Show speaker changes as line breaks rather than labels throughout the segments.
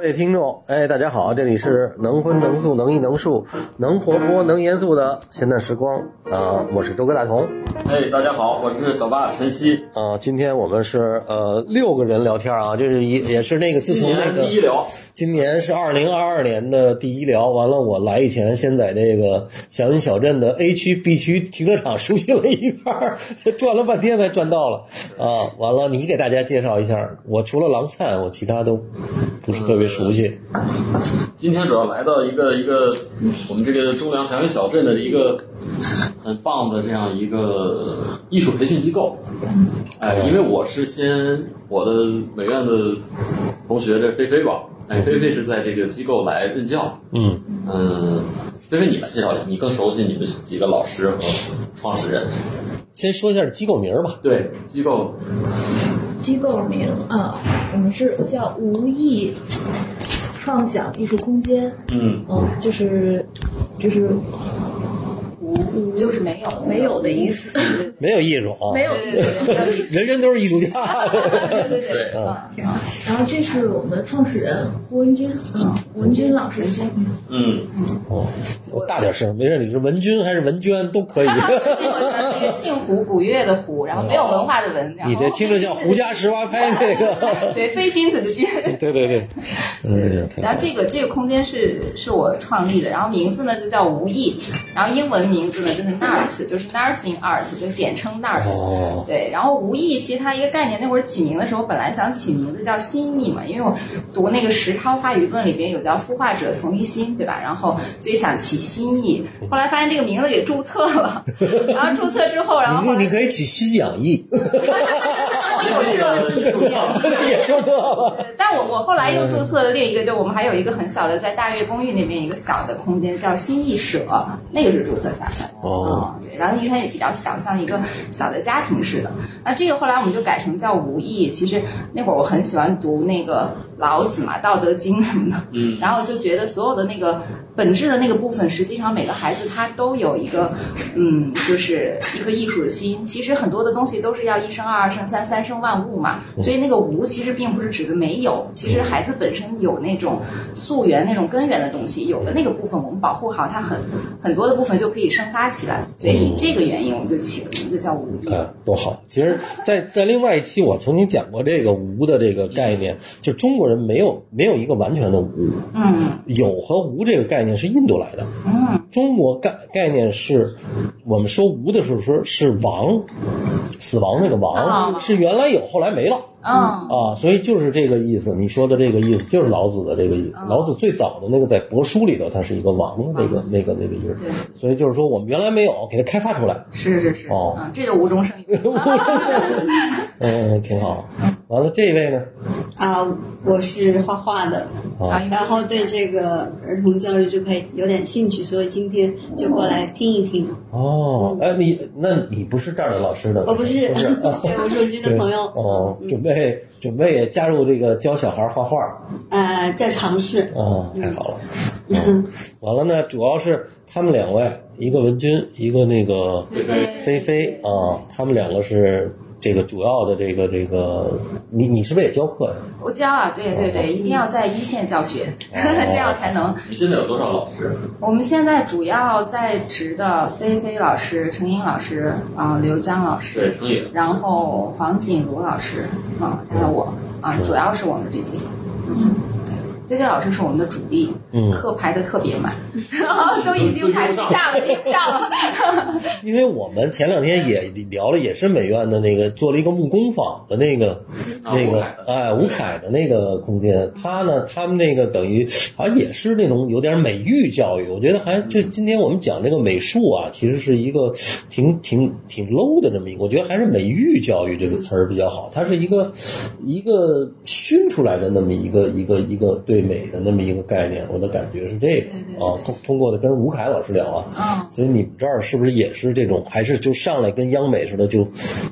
位听众，哎，大家好，这里是能荤能素能艺能术能活泼能严肃的闲淡时光啊、我是周哥大同
哎，大家好，我是小霸晨曦，
啊、今天我们是呃六个人聊天啊，这是一也是那个自
今
从那
年
个
第一聊，
今年是二零二二年的第一聊，完了我来以前先在这个小云小镇的 A 区、B 区停车场熟悉了一番儿，转了半天才转到了啊！完了，你给大家介绍一下，我除了郎灿，我其他都不是特别熟悉。
今天主要来到一个一个我们这个中粮祥云小镇的一个很棒的这样一个呃艺术培训机构。哎，因为我是先我的美院的同学这菲菲吧，哎，菲菲是在这个机构来任教。
嗯，
嗯，菲菲你来介绍一下，你更熟悉你们几个老师和创始人。
先说一下机构名儿吧。
对，机构
机构名啊，我们是叫无意创想艺术空间，
嗯
嗯，就是就是
无就是没有
没有的意思，
没有艺术啊，
没有
对对对，
人人都是艺术家。
对对对
对
啊，挺好。然后这是我们的创始人吴文军，嗯，吴文军老师，
嗯，
哦，我大点声，没事，你是文君还是文娟都可以。
就是一个姓胡古月的胡，然后没有文化的文，然后
你这听着像胡家十八拍那个。
对非君子的君。
对对对，嗯，太好了
然后这个这个空间是是我创立的，然后名字呢就叫无意，然后英文名字呢就是 NART，就是 Nursing Art，就简称 NART。
哦
对，然后无意其实它一个概念，那会儿起名的时候本来想起名字叫新意嘛，因为我读那个石涛花语论里边有叫孵化者从一心，对吧？然后所以想起新意，后来发现这个名字给注册了，然后注册之后，然后
你
后
你
来
可以起西洋意，
这个艺术上。
也就这了。
但我我后来又注册了另一个，就我们还有一个很小的，在大悦公寓那边一个小的空间叫新艺舍，那个是注册下来的。
哦
嗯，对，然后因为它也比较小，像一个小的家庭似的。那这个后来我们就改成叫无意。其实那会儿我很喜欢读那个老子嘛，《道德经》什么的。
嗯
然后就觉得所有的那个本质的那个部分，实际上每个孩子他都有一个，嗯，就是一颗艺术的心。其实很多的东西都是要一生二，二生三，三生万物嘛。所以那个无其实并不是指的没有，其实孩子本身有那种溯源、那种根源的东西，有的那个部分我们保护好，它很很多的部分就可以生发起来。所以以这个原因，我们就起了名字叫无意。
啊，多好！其实在，在另外一期我曾经讲过这个“无”的这个概念，就中国人没有没有一个完全的无，
嗯
有和无这个概念是印度来的。
嗯
中国概概念是，我们说无的时候说是亡，死亡那个亡
啊
是原来有，后来没了。
嗯
啊，所以就是这个意思。你说的这个意思就是老子的这个意思。
啊
老子最早的那个在《帛书》里头，它是一个王的那
啊
个那个那个意思。
对，
所以就是说，我们原来没有，给它开发出 来，
是是是，
哦
嗯，这就无中生有。
嗯，挺好。完了，这位呢？
啊，我是画画的，
啊，
然后对这个儿童教育这块有点兴趣，所以今天就过来听一听。
哦，哎，你那你不是这儿的老师的？
嗯我不是，
不是。啊
对，我是我军的
对
朋友，嗯
哦，准备准备也加入这个教小孩画画
呃，在尝试。
哦，太好了。嗯，完了呢，主要是他们两位，一个文君，一个那个
菲菲
菲菲啊，他们两个是这个主要的这个这个，你你是不是也教课呀？
我教啊，对对对，一定要在一线教学， 这样才能。
你现在有多少老师？
我们现在主要在职的菲菲老师、程英老师啊、刘江老
对，
师，
成也
然后黄锦如老师啊、加上我啊、主要是我们这几个。嗯，对，菲菲老师是我们的主力，
嗯
课排的特别 满，都已经排不下了，也不上了。
因为我们前两天也聊了，也是美院的那个做了一个木工坊的那个、
啊
那
吴
个
凯的
哎吴凯的那个空间，他呢他们那个等于好像也是那种有点美育教育，我觉得还
嗯
就今天我们讲这个美术啊，其实是一个挺挺挺 low 的这么一个，我觉得还是美育教育这个词儿比较好，它是一个一个熏出来的那么一个一个一个对美的那么一个概念，我的感觉是这个啊，通通过的跟吴凯老师聊啊，
嗯，
所以你们这儿是不是也是这种？还是就上来跟央美似的，就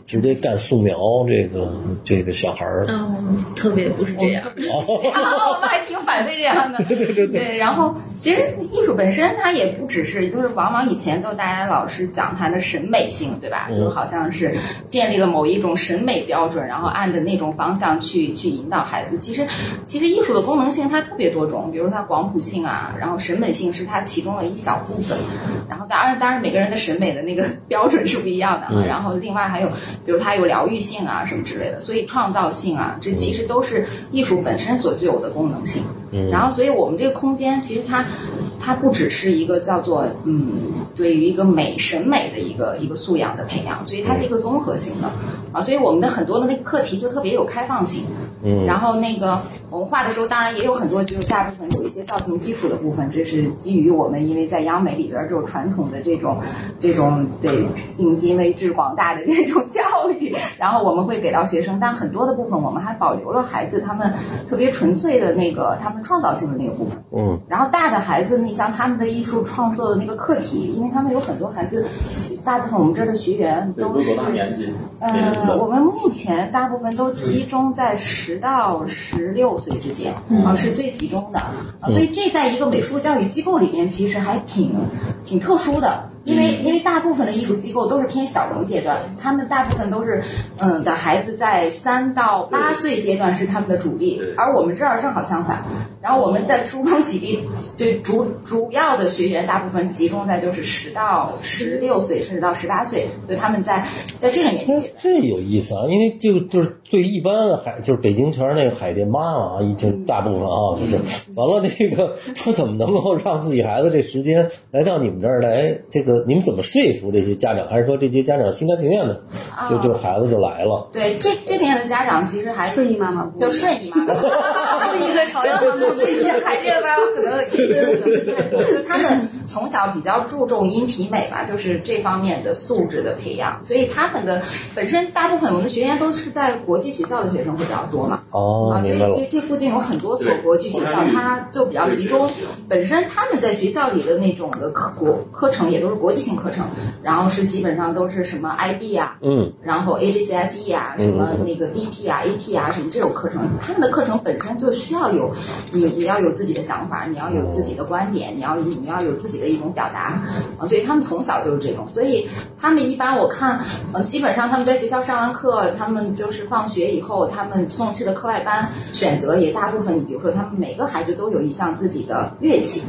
直接干素描这个这个小孩儿？
嗯，特别不是这样，
哦然后我们还挺反反对这样的。对对对。然后其实艺术本身它也不只是，就是往往以前都大家老是讲它的审美性，对吧？
嗯
就是好像是建立了某一种审美标准，然后按着那种方向去去引导孩子。其实其实艺术的功能性它特别多种，比如它广谱性啊，然后审美性是它其中的一小部分。然后当然当然每个人的审美的那个 标准是不一样的啊。
嗯
然后另外还有比如它有疗愈性啊什么之类的，所以创造性啊，这其实都是艺术本身所具有的功能性。
嗯
然后，所以我们这个空间其实它它不只是一个叫做嗯，对于一个美审美的一个一个素养的培养，所以它是一个综合性的啊。所以我们的很多的那个课题就特别有开放性。
嗯，
然后那个我们画的时候，当然也有很多，就是大部分有一些造型基础的部分，这是基于我们因为在央美里边儿这种传统的这种这种对敬今为至广大的这种教育，然后我们会给到学生，但很多的部分我们还保留了孩子他们特别纯粹的那个他们创造性的那个部分。
嗯
然后大的孩子，你像他们的艺术创作的那个课题，因为他们有很多孩子，大部分我们这儿的学员
对，
都
都
是
多大年纪？
呃，我们目前大部分都集中在十到十六岁之间，啊、是最集中的、啊，所以这在一个美术教育机构里面，其实还挺挺特殊的，因为、因为大部分的艺术机构都是偏小农阶段，他们大部分都是嗯的孩子在三到八岁阶段是他们的主力
对，
而我们这儿正好相反，然后我们的初中几地就主主要的学员大部分集中在就是十到十六岁，甚至到十八岁，所以他们在在这个年龄阶段。
这有意思啊，因为就就是对一般海就是北京城那个海淀妈妈啊，已经大部分啊，就是完了这个他怎么能够让自己孩子这时间来到你们这儿来？这个你们怎么说服这些家长？还是说这些家长心甘情愿的就就孩子就来了？
对，这这边的家长其实还
顺义妈妈
就顺义妈 妈，顺义和朝阳妈妈，所以海淀妈妈可能也跟可能太多，就是他们从小比较注重音体美吧，就是这方面的素质的培养，所以他们的本身大部分我们的学员都是在国际学校的学生会比较多嘛。
哦，
啊，所
明
以
白了
这。这附近有很多所国际学校，它就比较集中。本身他们在学校里的那种的课国课程也都是国际性课程，然后是基本上都是什么 IB 啊，
嗯
然后 A B C S E 啊，什么那个 D P 啊、A P 啊，什么这种课程，他们的课程本身就需要有你，你要有自己的想法，你要有自己的观点，你要你要有自己的一种表达啊，所以他们从小就是这种，所以他们一般我看，呃，基本上他们在学校上完课，他们就是放学以后，他们送去的课外班选择也大部分，你比如说他们每个孩子都有一项自己的乐器，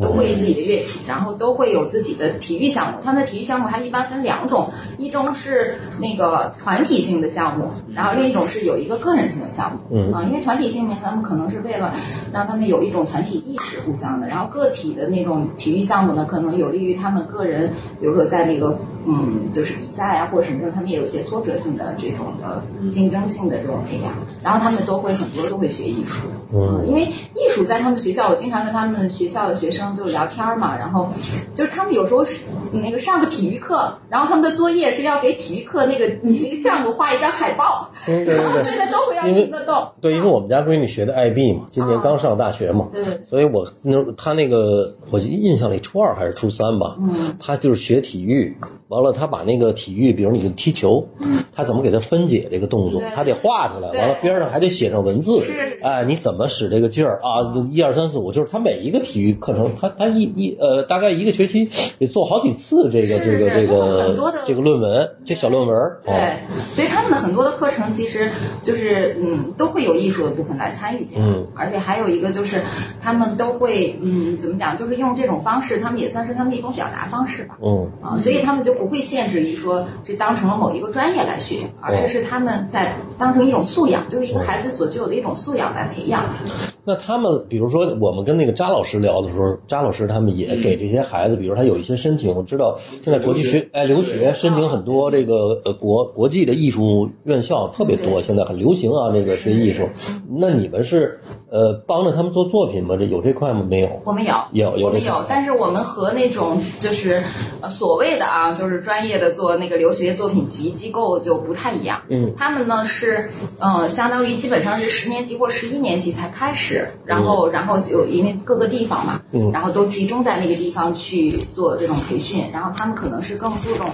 都会自己的乐器，然后都会有自己的体育项目。他们的体育项目还一般分两种，一种是那个团体性的项目，然后另一种是有一个个人性的项目。
嗯
啊，因为团体性呢，他们可能是为了让他们有一种团体意识，互相的。然后个体的那种体育项目呢，可能有利于他们个人，比如说在那个嗯，就是比赛啊或者什么时候，他们也有一些挫折性的这种的竞争性的这种培养。然后他们都会很多都会学艺术。
嗯
因为艺术在他们学校，我经常跟他们学校的学生就聊天儿嘛，然后就是他们有时候是嗯那个上个体育课，然后他们的作业是要给体育课那个那个项目画一张海报，
嗯，对
然后
对
所
对
以他都会要一个动。
对，因为我们家闺女学的 IB 嘛，今年刚上大学嘛，
对对对
所以我那她那个我印象里初二还是初三吧，
嗯
她就是学体育，完了她把那个体育，比如你踢球，她怎么给它分解这个动作
嗯对，
她得画出来，
对
完了边上还得写上文字
是，
哎，你怎么使这个劲儿啊？一二三四五，就是她每一个体育课程，她她一一呃大概一个学期得做好几次这个这
是
个
是
这
很多
个
的
这个论文，这小论文，啊
对，所以他们的很多的课程其实就是嗯，都会有艺术的部分来参与进来，
嗯
而且还有一个就是他们都会嗯，怎么讲，就是用这种方式，他们也算是他们的一种表达方式吧。
哦，
啊，所以他们就不会限制于说是当成了某一个专业来学，而
哦
是是他们在当成一种素养，就是一个孩子所具有的一种素养来培养。
嗯，那他们比如说我们跟那个扎老师聊的时候，扎老师他们也给这些孩子，比如他有一些申请，我知道
嗯
现在国际
留
学
学
哎留学申请很多这个呃国国际的艺术院校特别多，
对
现在很流行啊这个学艺术。
嗯
那你们是呃帮着他们做作品吗？这有这块吗？没有。
我们有，
有有
我们
这个
有，但是我们和那种就是呃所谓的啊，就是专业的做那个留学作品集机构就不太一样。
嗯
他们呢是，呃，相当于基本上是十年级或十一年级才开始，然后、然后就因为各个地方嘛，
嗯
然后都集中在那个地方呃去做这种培训，然后他们可能是更注重，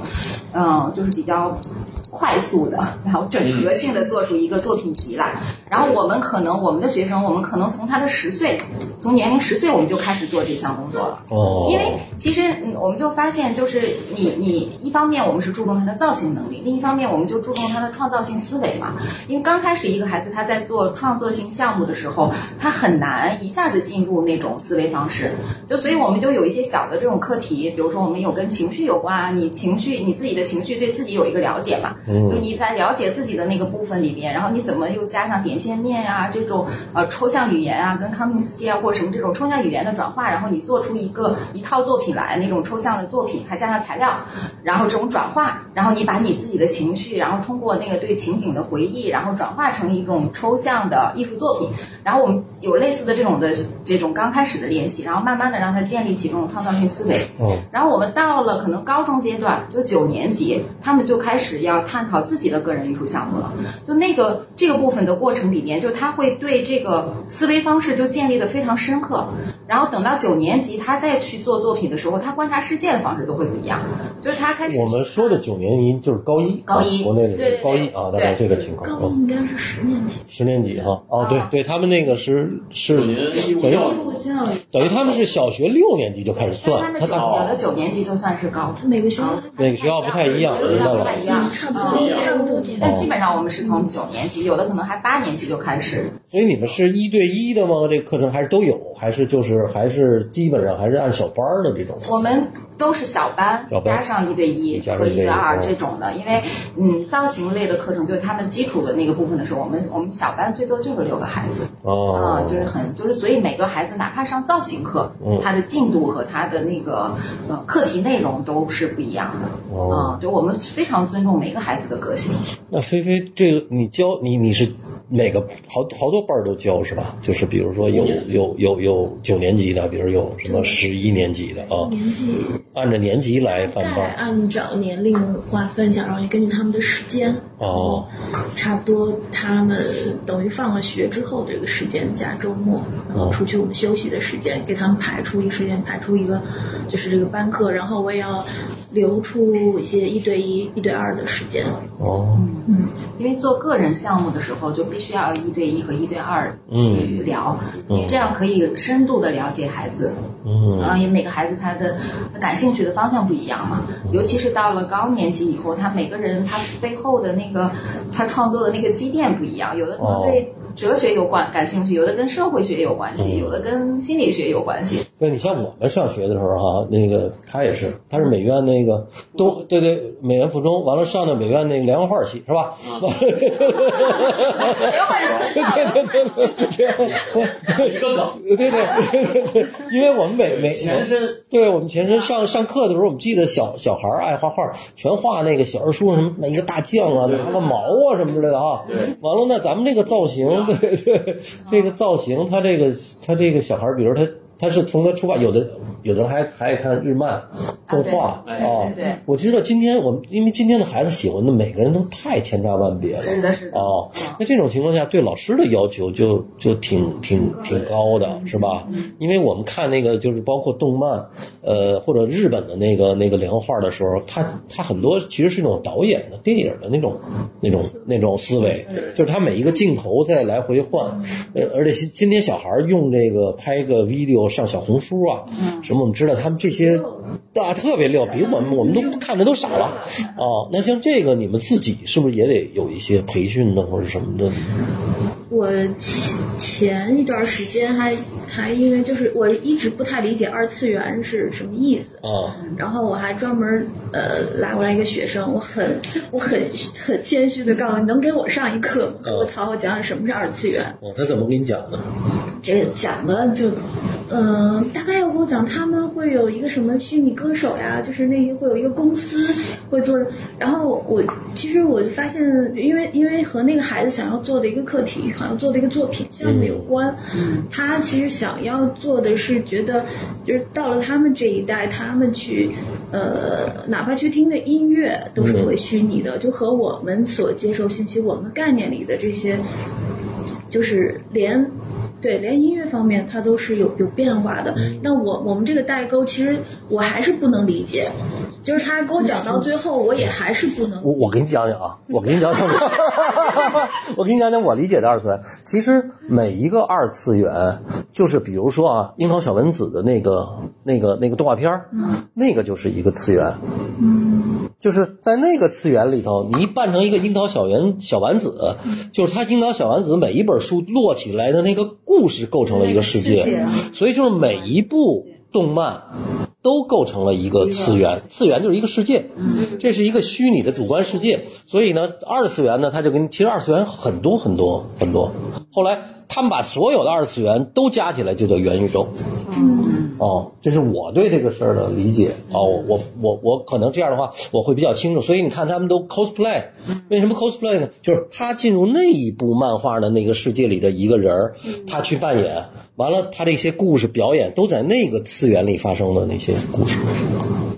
嗯、就是比较快速的，然后整合性的做出一个作品集来。然后我们可能我们的学生，我们可能从他的十岁，从年龄十岁我们就开始做这项工作了。
哦，
因为其实嗯我们就发现，就是你你一方面我们是注重他的造型能力，另一方面我们就注重他的创造性思维嘛。因为刚开始一个孩子他在做创作性项目的时候，他很难一下子进入那种思维方式，就所以我们就有一些小的这种课题，比如说我们有跟情绪有关啊，你情绪你自己的情绪对自己有一个了解嘛，就是
嗯
你在了解自己的那个部分里边，然后你怎么又加上点线面啊这种呃抽象语言啊，跟康定斯基啊或者什么这种抽象语言的转化，然后你做出一个一套作品来，那种抽象的作品，还加上材料，然后这种转化，然后你把你自己的情绪，然后通过那个对情景的回忆，然后转化成一种抽象的艺术作品。然后我们有类似的这种的这种刚开始的练习，然后慢慢的让他建立起这种创造性思维。
哦，
然后我们到了可能高中阶段，就九年级，他们就开始要探讨自己的个人艺术项目了。就那个这个部分的过程里面，就他会对这个思维方式就建立的非常深刻。然后等到九年级，他再去做作品的时候，他观察世界的方式都会不一样。就是他开始
我们说的九年级就是高一，
高一
啊国内的
对对对
高一啊，大概这个情况。
高一
嗯
应该是十年级
十年级哈，哦，
啊
对对，他们那个是是
九年义务
等于
教育
义务 教育，
等于他们是小学六年级就开始
他
算，
们
他
九
大
有的九年级就算是高，
每个学校
每个学校不太一样，
有的
明白
要不太
了。
一样，
差不
啊
多差不多这样
但。基本上我们是从九年级，有的可能还八年级就开始
所以你们是一对一的吗？这个课程还是都有，还是就是还是基本上还是按小班儿的这种？
我们都是小班
小班
加上一对一
加
和
上一
一
对一
对二
哦
这种的，因为嗯，造型类的课程就是他们基础的那个部分的时候，我们我们小班最多就是六个孩子啊、
哦，
就是很就是所以每个孩子哪怕上造型课
嗯，
他的进度和他的那个呃课题内容都是不一样的
哦
啊、就我们非常尊重每个孩子的个性。
那菲菲，这个你教你你是哪个好好多班儿都教是吧？就是比如说有有有有九年级的，比如有什么十一年级的啊，
年纪
按照年级来
大
办
概
班儿
按照年龄划分一下，然后也根据他们的时间，
哦，
差不多他们等于放了学之后这个时间加周末，然后出去我们休息的时间，给他们排出一时间排出一个就是这个班课，然后我也要留出一些一对一、一对二的时间，
哦，
嗯，
因为做个人项目的时候，就必须要一对一和一对二去
嗯
聊，
嗯
因为这样可以深度的了解孩子，然后
嗯
也每个孩子他的他感兴趣的方向不一样嘛，尤其是到了高年级以后，他每个人他背后的那个他创作的那个积淀不一样，有的可
哦
能对哲学有关感兴趣，有的跟社会学有关系，
嗯
有的跟心理学有关系。
对你像我们上学的时候哈、那个他也是，他是美院那个东，对对，美院附中，完了上的美院那个连环画系是吧？
哎呦我的天
对对对
一个梗，
对对，因为我们每每
前身
对我们前身上上课的时候，我们记得小小孩儿爱哎画画，全画那个小人书什么，那一个大将啊，
对
拿个毛啊什么之类的啊。
对
完了，那咱们这个造型，对对，这个造型，他这个他这个小孩儿，比如他他是从他出发，有的有的人还还爱看日漫动画
对
啊
对对对。
我知道今天我们因为今天的孩子喜欢的每个人都太千差万别了。
是的，是的。
哦
嗯，
那这种情况下，对老师的要求就就挺挺挺高的，
嗯
是吧？因为我们看那个就是包括动漫，呃，或者日本的那个那个连环画的时候，他他很多其实是那种导演的电影的那种那种那种思维，就是他每一个镜头在来回换，
嗯
呃，而且今今天小孩儿用这个拍个 video 上小红书啊，
嗯
什么我们知道他们这些啊特别溜，比我们我们都看着都傻了啊。那像这个你们自己是不是也得有一些培训的或者什么的？
我前前一段时间还还因为就是我一直不太理解二次元是什么意思，
啊，
然后我还专门呃拉过来一个学生，我很我很很谦虚的告诉你，能给我上一课吗？给我好好讲讲什么是二次元。
哦，他怎么跟你讲的？
这讲的就，嗯、大概要跟我讲，他们会有一个什么虚拟歌手呀，就是那些会有一个公司会做。然后我其实我就发现，因为因为和那个孩子想要做的一个课题，想要做的一个作品项目有关，他其实想要做的是觉得，就是到了他们这一代，他们去，呃，哪怕去听的音乐都是会虚拟的，就和我们所接受信息、我们概念里的这些就是连对，连音乐方面它都是有有变化的。那我我们这个代沟，其实我还是不能理解，就是他给我讲到最后，我也还是不能。
我我给你讲讲啊，我给你讲 讲，我给你讲讲我理解的二次元。其实每一个二次元，就是比如说啊，《樱桃小丸子》的那个那个那个动画片儿那个就是一个次元，就是在那个次元里头，你扮成一个樱桃小圆小丸子，
嗯
就是它樱桃小丸子每一本书摞起来的那个故事构成了一个世
世界啊
界，所以就是每一部动漫都构成了一个次
啊
元，次元就是一个世界，
嗯
这是一个虚拟的主观世界。所以呢，二次元呢，它就跟其实二次元很多很多很多。后来他们把所有的二次元都加起来，就叫元宇宙。哦，这是我对这个事儿的理解哦，我我我可能这样的话，我会比较清楚。所以你看，他们都 cosplay，为什么 cosplay 呢？就是他进入那一部漫画的那个世界里的一个人儿，他去扮演，完了他这些故事表演都在那个次元里发生的那些故事，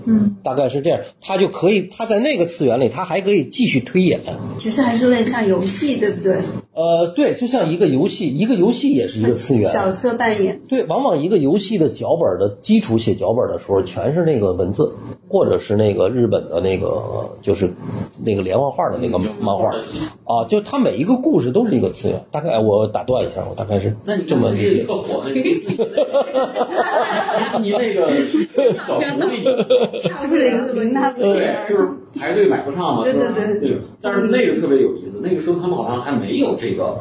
嗯，
大概是这样。他就可以，他在那个次元里，他还可以继续推演。
其实还是有点像游戏，对不对？
呃，对，就像一个游戏，一个游戏也是一个次元。啊
角色扮演，
对，往往一个游戏的脚本的基础写脚本的时候，全是那个文字，或者是那个日本的那个就是那个连环画的那个
嗯
漫画啊，就它每一个故事都是一个次元。大概哎我打断一下，我大概是
那你
这么
最
理
近
解。
特火那个 迪士尼那个，迪士尼那个小狐狸，
是不是琳娜？啊
对，就是排队买不上嘛。
对对对
对。但是那个特别有意思，那个时候他们好像还没有这个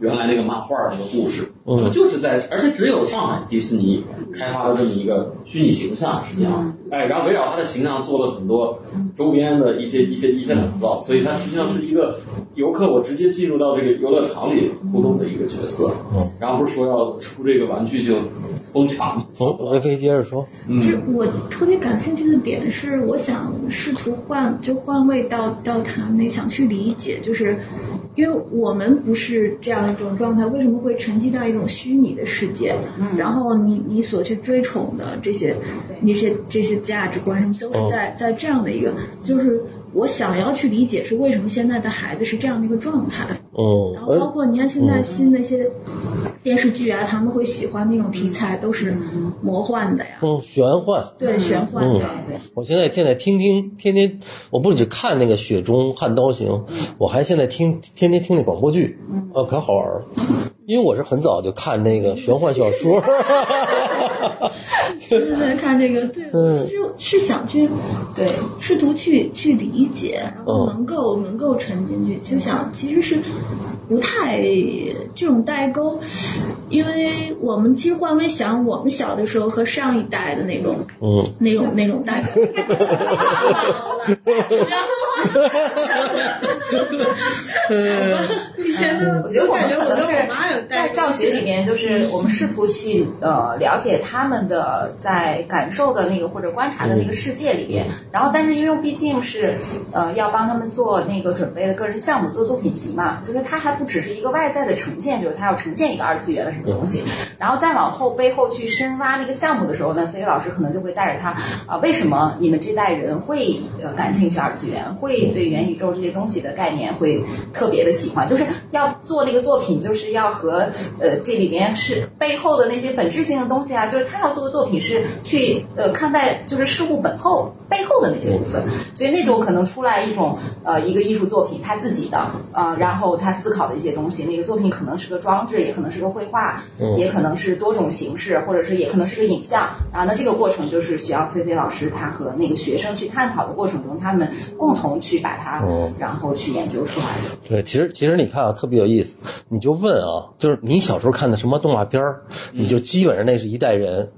原来那个漫画那个故事，
嗯
他们就是在，而且只有上海迪士尼开发了这么一个虚拟形象，实际
嗯
上，哎，然后围绕他的形象做了很多周边的一些一些一些打造，所以它实际上是一个游客我直接进入到这个游乐场里互动的一个角色
嗯。
然后不是说要出这个玩具就疯抢吗？
从薇菲接着说，
嗯
就是我特别感兴趣的点是，我想试图换就换位到到他们，想去理解，就是因为我们不是这样一种状态，为什么会沉寂到一种虚拟的世界？
嗯
然后你你所去追崇的这些，你这些这些价值观都是在、在这样的一个，就是我想要去理解是为什么现在的孩子是这样的一个状态。
嗯，
然后包
呃
括你看现在新的一些电视剧啊，他们会喜欢那种题材，都是魔幻的呀，
嗯，玄幻。
对，玄幻
嗯
的。
我现在现在听听，天天我不只看那个《雪中悍刀行》，我还现在听天天听那广播剧，啊，可好玩了。因为我是很早就看那个玄幻小说，
就是在看这个，对，
嗯
我其实是想去
对，
试图去去理解，然后
嗯
能够能够沉进去，就想其实是不太这种代沟，因为我们其实换位想，我们小的时候和上一代的那种
嗯。
那种那种代沟，然后以前的
我觉嗯得我们可能是
有
在教学里面，就是我们试图去呃了解他们的在感受的那个或者观察的那个世界里边，然后但是因为毕竟是呃要帮他们做那个准备的个人项目做作品集嘛，就是它还不只是一个外在的呈现，就是它要呈现一个二次元的什么东西，然后再往后背后去深挖那个项目的时候呢，飞飞老师可能就会带着他啊、为什么你们这代人会呃感兴趣二次元，会对元宇宙这些东西的概念会特别的喜欢，就是要做那个作品，就是要和呃这里面是背后的那些本质性的东西啊，就是他要做的作品是去呃看待就是事物本后背后的那些部分，所以那种可能出来一种呃一个艺术作品他自己的啊、呃然后他思考的一些东西，那个作品可能是个装置，也可能是个绘画，
嗯
也可能是多种形式，或者是也可能是个影像。然后呢，这个过程就是需要菲菲老师他和那个学生去探讨的过程中，他们共同去把它，
哦
然后去研究出来的。
对，其实其实你看啊，特别有意思。你就问啊，就是你小时候看的什么动画片儿，你
嗯
就基本上那是一代 人，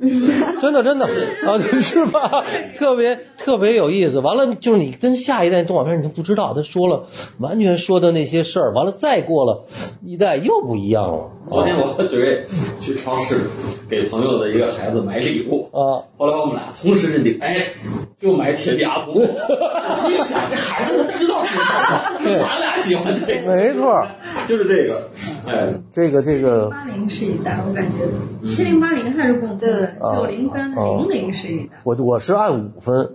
真的真的啊，是吧？特别特别有意思。完了，就是你跟下一代动画片儿你都不知道，他说了完全说的那些事儿，完了再过了一代又不一样了
昨天我和雪瑞去超市给朋友的一个孩子买礼物，
啊。
后来我们俩同时认定，哎，就买铁臂阿童 木。我一想，这孩子他知道是啥吗？是咱俩喜欢这个，
没错儿，
就是这个。哎，
这个这个，嗯
八零是一代，我感觉七零八零还是共对
啊哦
九零跟零零是一代。
我我是按五分，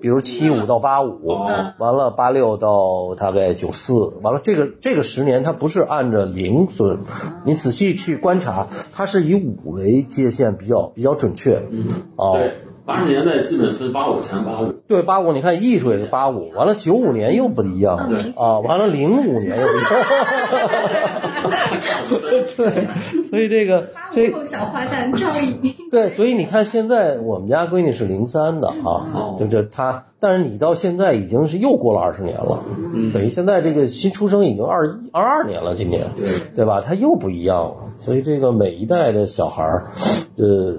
比如七五到八五，
嗯
哦
完了八六到大概九四，完了这个这个十年它不是按着零算，
嗯
你仔细去观察，它是以五为界限比较比较准确。
嗯，
哦，
对，八十年代基本分八五前八五，
对，八五你看艺术也是八五，完了九五年又不一样
哦
了
对
啊，完了零五年又不一样， 对，所以这个
八
这
五后小花旦赵颖，
对，所以你看现在我们家闺女是零三的啊，
哦
就是她，但是你到现在已经是又过了二十年了，
嗯，
等于现在这个新出生已经二一二二年了，今年
对
对吧？他又不一样了，所以这个每一代的小孩儿，呃，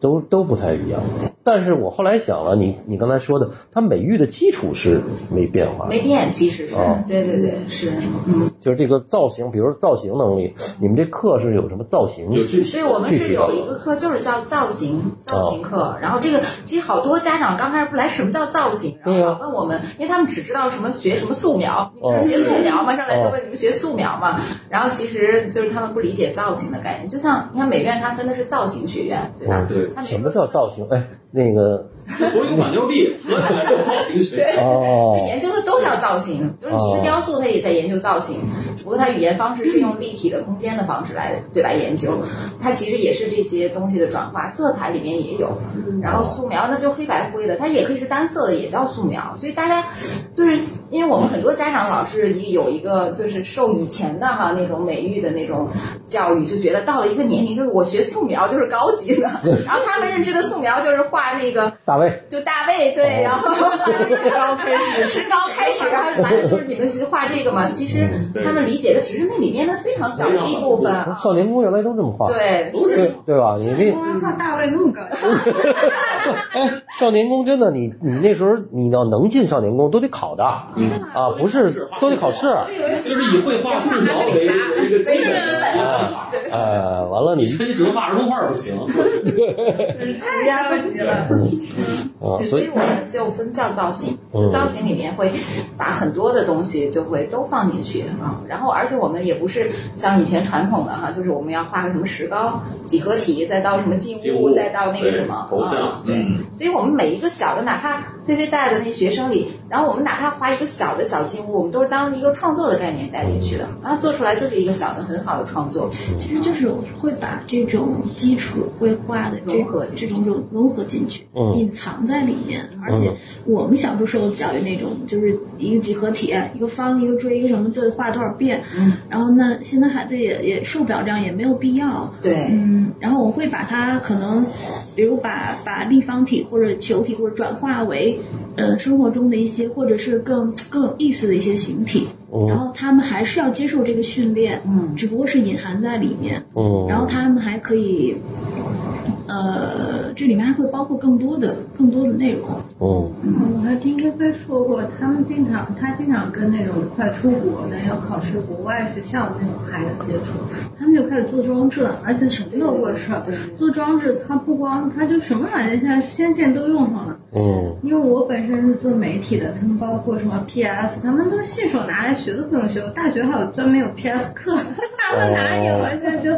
都都不太一样。但是我后来想了，你你刚才说的，他美育的基础是没变化的，
没变，其实是
啊哦，
对对对，是，嗯，
就是这个造型，比如说造型能力，你们这课是有什么造型？
有具体
所以我们是有一个课就是叫造
哦
型造型课，然后这个其实好多家长刚开始不来什么叫造型，然后
对啊
老问我们，因为他们只知道什么学什么素描，你
哦
们学素描嘛，上来就问你们学素描嘛，然后其实就是他们不理解造型的概念，就像你看美院它分的是造型学院，对吧？
对
它
嗯
美
什么叫造型？哎，那个
我有板牛臂合起来叫造型学，
对。
哦
他，研究的都叫造型，就是你一个雕塑，他也在研究造型，只不过他语言方式是用立体的空间的方式来对吧研究，它其实也是这些东西的转化，色彩里面也有，然后素描那就黑白灰的，它也可以是单色的，也叫素描，所以大家就是因为我们很多家长老是一有一个就是受以前的哈那种美育的那种教育，就觉得到了一个年龄，就是我学素描就是高级的，然后他们认知的素描就是画那个
大卫，
就大卫对，然后石膏开始，石膏开始，然后完了就是你们画这个嘛，其实他们理解的只是那里面的非常小的一部分啊。
少年宫原来都这么画，
对，
对对吧？你那
我靠，大卫那么高，
哎，少年宫真的，你你那时候你要能进少年宫，都得考的啊，
嗯，
不是都得考试。
就是以绘画素描为为一个基本的，
呃，完了
你
你
纯只能画儿童画儿不行，
太高级了。
啊，
所
所
以
以
我们就分教造型
嗯，
造型里面会把很多的东西就会都放进去啊。然后，而且我们也不是像以前传统的哈，就是我们要画个什么石膏几何体，再到什么静
静
物，
物
再到那个什么
对头像
啊对
嗯。
所以我们每一个小的，哪怕菲菲带的那学生里，然后我们哪怕画一个小的小静物，我们都是当一个创作的概念带进去的，然后做出来就是一个小的很好的创作。
其实就是我会把这种基础绘画的这
融合进去
这种融融合进去，
嗯
隐藏在里面。而且我们小时候受的教育那种，就是一个几何体，一个方，一个锥，一个什么，对，画多少遍。
嗯。
然后那现在孩子也也受不了这样，也没有必要。
对，
嗯，然后我会把它可能，比如把把立方体或者球体或者转化为，呃，生活中的一些或者是更更有意思的一些形体，然
嗯
后他们还是要接受这个训练，
嗯
只不过是隐含在里面，
嗯，
然后他们还可以，呃，这里面还会包括更多的更多的内容，
嗯
我还听菲菲说过，他们经常，他经常跟那种快出国的要考试国外学校的那种孩子接触，
嗯
他们就开始做装置了，而且什么都会设。做装置，它不光，它就什么软件现在先现都用上了。
嗯
因为我本身是做媒体的，他们包括什么 PS，他们都信手拿来学都不用学。我大学还有专门有 PS 课， 他们哪有
哦
啊？现在就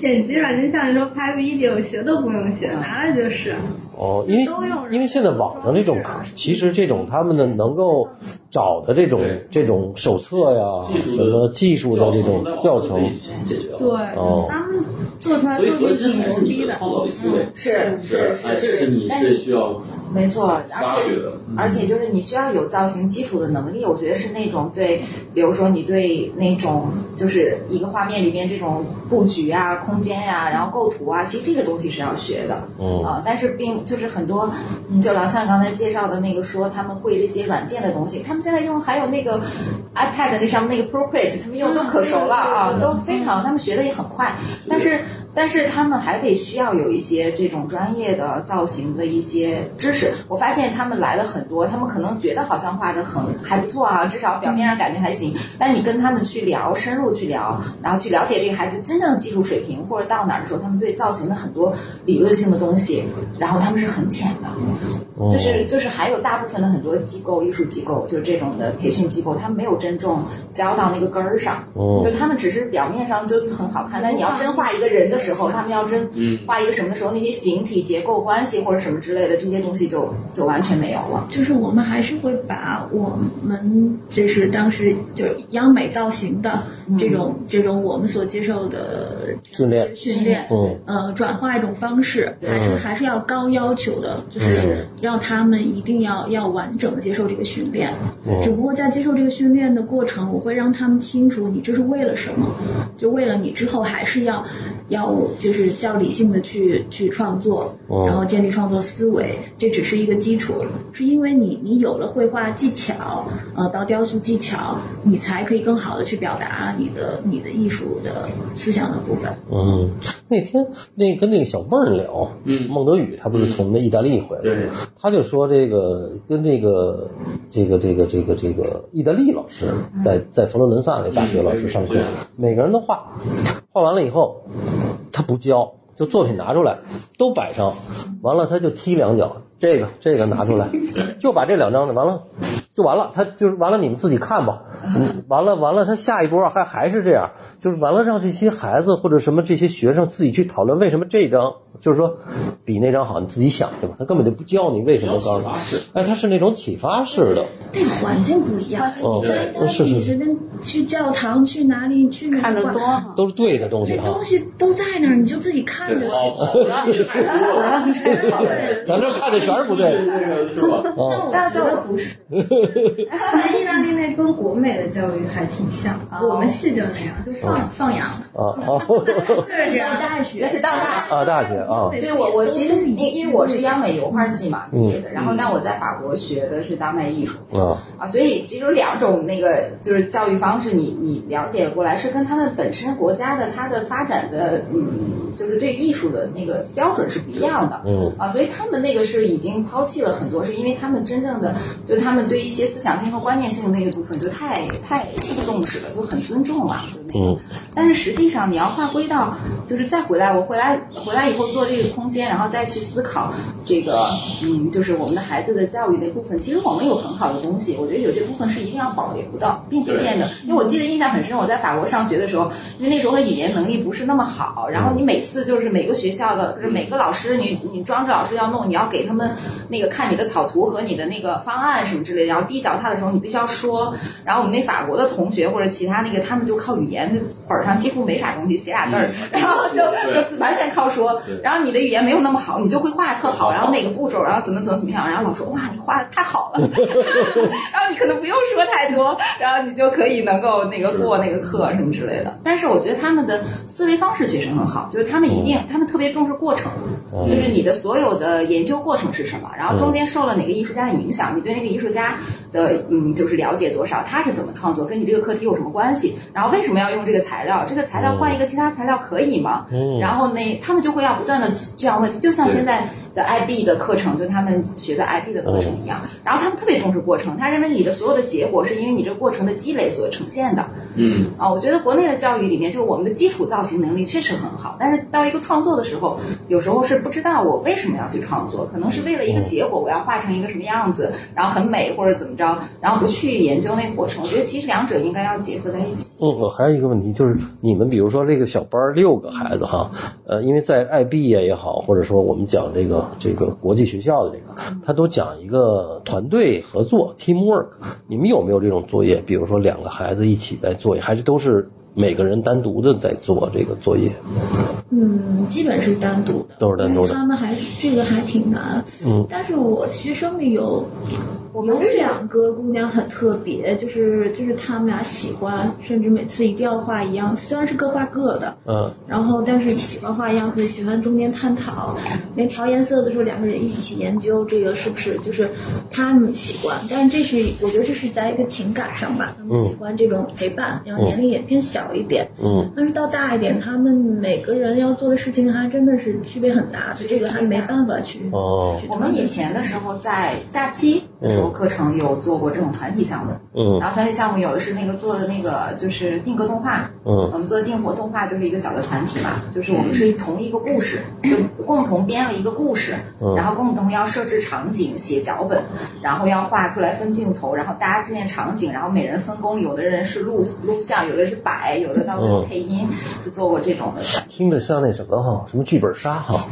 剪辑软件，像你说拍 video 学都不用
嗯
学，拿来就是。
哦，因为
都用人
因为现在网上这种课，其实这种他们的能够找的这种
对
这种手册呀，
技术的
啊什么技术的这种教程，
解决了。
对，
哦
他们做出来
所以
都
核心
是
还
挺
是
牛
你
逼
的
的。嗯
创造力思维，
是是
哎，这是你
但
是需要
没错，而
挖掘
且
的嗯
而且就是你需要有造型基础的能力，我觉得是那种对，比如说你对那种就是一个画面里面这种布局啊、空间呀、然后构图啊，其实这个东西是要学的。
嗯
啊，但是并就是很多，嗯就郎灿刚才介绍的那个说他们会这些软件的东西，他们现在用还有那个 iPad 那上面那个 Procreate，他们用都可熟了啊，都非常，他们学的也很快，但是但是他们还得需要有一些这种专业的造型的一些知识。我发现他们来了很多，他们可能觉得好像画的很还不错啊，至少表面上感觉还行，但你跟他们去聊，深入去聊，然后去了解这个孩子真正的技术水平或者到哪儿的时候，他们对造型的很多理论性的东西，然后他们是很浅的，
哦
就是就是还有大部分的很多机构，艺术机构就是这种的培训机构，他们没有真正教到那个根儿上，
哦
就他们只是表面上就很好看，但你要真画一个人的时候，他们要真
嗯
画一个什么的时候，那些形体、结构关系或者什么之类的这些东西就就完全没有了。
就是我们还是会把我们就是当时就是央美造型的这种、
嗯
这种我们所接受的
训练
训练，
嗯
呃，转化一种方式，还是、
嗯
还是要高要求的，就是让他们一定要要完整的接受这个训练。
嗯
只不过在接受这个训练的过程，我会让他们清楚你这是为了什么，就为了你之后还是要要就是较理性的去去创作，
哦
然后建立创作思维，这只是一个基础，是因为你你有了绘画技巧，呃，到雕塑技巧，你才可以更好的去表达你的你的艺术的思想的部分。
嗯，那天那跟那个小妹儿聊，
嗯
孟德宇他不是从那意大利回来，
对，
他就说这个跟这个这个这个这个这个意大利老师在在佛罗伦萨那大学老师上课
嗯嗯对，
每个人都画，画完了以后他不教，就作品拿出来都摆上，完了他就踢两脚，这个这个拿出来，就把这两张的完了就完了，他就是完了你们自己看吧，嗯完了完了他下一波还还是这样，就是完了让这些孩子或者什么这些学生自己去讨论为什么这张。就是说，比那张好，你自己想去吧。他根本就不教你为什么高
比较 启发式。
哎，他是那种启发式的。
但环境不一样，
哦
你在
对是是
你随便去教堂、去哪里、去哪
看
里
得多
馆，
哈，
都是对的东西
这
哈
东。西都在那儿，你就自己看着
对，
吧。
跑跑了，也太多了，
咱这看的全是不对的。
那个是吧？
哦，
但我觉得不是，在意大利那跟国美的教育还挺像，我们系就那样，就放放养，
啊哦，
就是这样。
大学
那是到大
啊，大学啊，
对我，我其实因因为我是央美油画系嘛毕业的，然后但我在法国学的是当代艺术
啊，
啊，所以其实有两种那个就是教育方式你，你了解过来是跟他们本身国家的它的发展的嗯，就是对艺术的那个标准是不一样的。
嗯
啊，所以他们那个是已经抛弃了很多，是因为他们真正的就他们对一些思想性和观念性的那个部分就太太太重视了，就很尊重了，就那个。
嗯
但是实际上，你要划归到，就是再回来，我回来回来以后做这个空间，然后再去思考这个，嗯，就是我们的孩子的教育的部分。其实我们有很好的东西，我觉得有些部分是一定要保留的，并不见得。因为我记得印象很深，我在法国上学的时候，因为那时候的语言能力不是那么好，然后你每次就是每个学校的，就是每个老师，你你装着老师要弄，你要给他们那个看你的草图和你的那个方案什么之类的，然后递交他的时候，你必须要说。然后我们那法国的同学或者其他那个，他们就靠语言本儿上几乎没啥东西，写俩字儿， 然后就
对
就完全靠说
对。
然后你的语言没有那么好，你就会画的特好，然后哪个步骤，然后怎么怎么怎么样，然后老师说哇你画的太好了，然后你可能不用说太多，然后你就可以能够那个过那个课什么之类的。但是我觉得他们的思维方式确实很好，就是他们一定他们特别重视过程，
嗯
就是你的所有的研究过程是什么，然后中间受了哪个艺术家的影响，你对那个艺术家的嗯就是了解多少，他是怎么创作，跟你这个课题有什么关系，然后为什么要用这个材料，这个材料换一个其他材料可以吗？
嗯
然后那他们就会要不断的这样问，就像现在的 IB 的课程，就他们学的 IB 的课程一样。然后他们特别重视过程，他认为你的所有的结果是因为你这个过程的积累所呈现的。
嗯，
啊，我觉得国内的教育里面，就是我们的基础造型能力确实很好，但是到一个创作的时候，有时候是不知道我为什么要去创作，可能是为了一个结果，我要画成一个什么样子，然后很美或者怎么着，然后不去研究那个过程。我觉得其实两者应该要结合在一起。
嗯，我还有一个问题就是，你们比如说这个小班儿六个孩子哈，呃，因为在爱毕业也好，或者说我们讲这个这个国际学校的这个，他都讲一个团队合作 teamwork。你们有没有这种作业？比如说两个孩子一起在作业，还是都是每个人单独的在做这个作业？
嗯，基本是单独的，
都是单独的
因为他们还这个还挺难，
嗯
但是我学生里有
我
有两个姑娘很特别，就是就是她们俩喜欢，甚至每次一定要画一样，虽然是各画各的，
嗯
然后但是喜欢画样子，喜欢中间探讨，连调颜色的时候两个人一起研究这个是不是就是他们喜欢，但是这是我觉得这是在一个情感上吧，他们喜欢这种陪伴，然后年龄也偏小一点，
嗯
但是到大一点，他们每个人要做的事情还真的是区别很大，这个还没办法去。
哦
去
我们以前的时候在假期的时多课程有做过这种团体项目，
嗯
然后团体项目有的是那个做的那个就是定格动画，
嗯
我们做的定活动画就是一个小的团体嘛，就是我们是同一个故事，就共同编了一个故事，
嗯
然后共同要设置场景、写脚本，然后要画出来分镜头，然后搭这件场景，然后每人分工，有的人是录录像，有的是摆，有的到时候
嗯
配音，就做过这种的。
听着像那什么哈，什么剧本杀哈。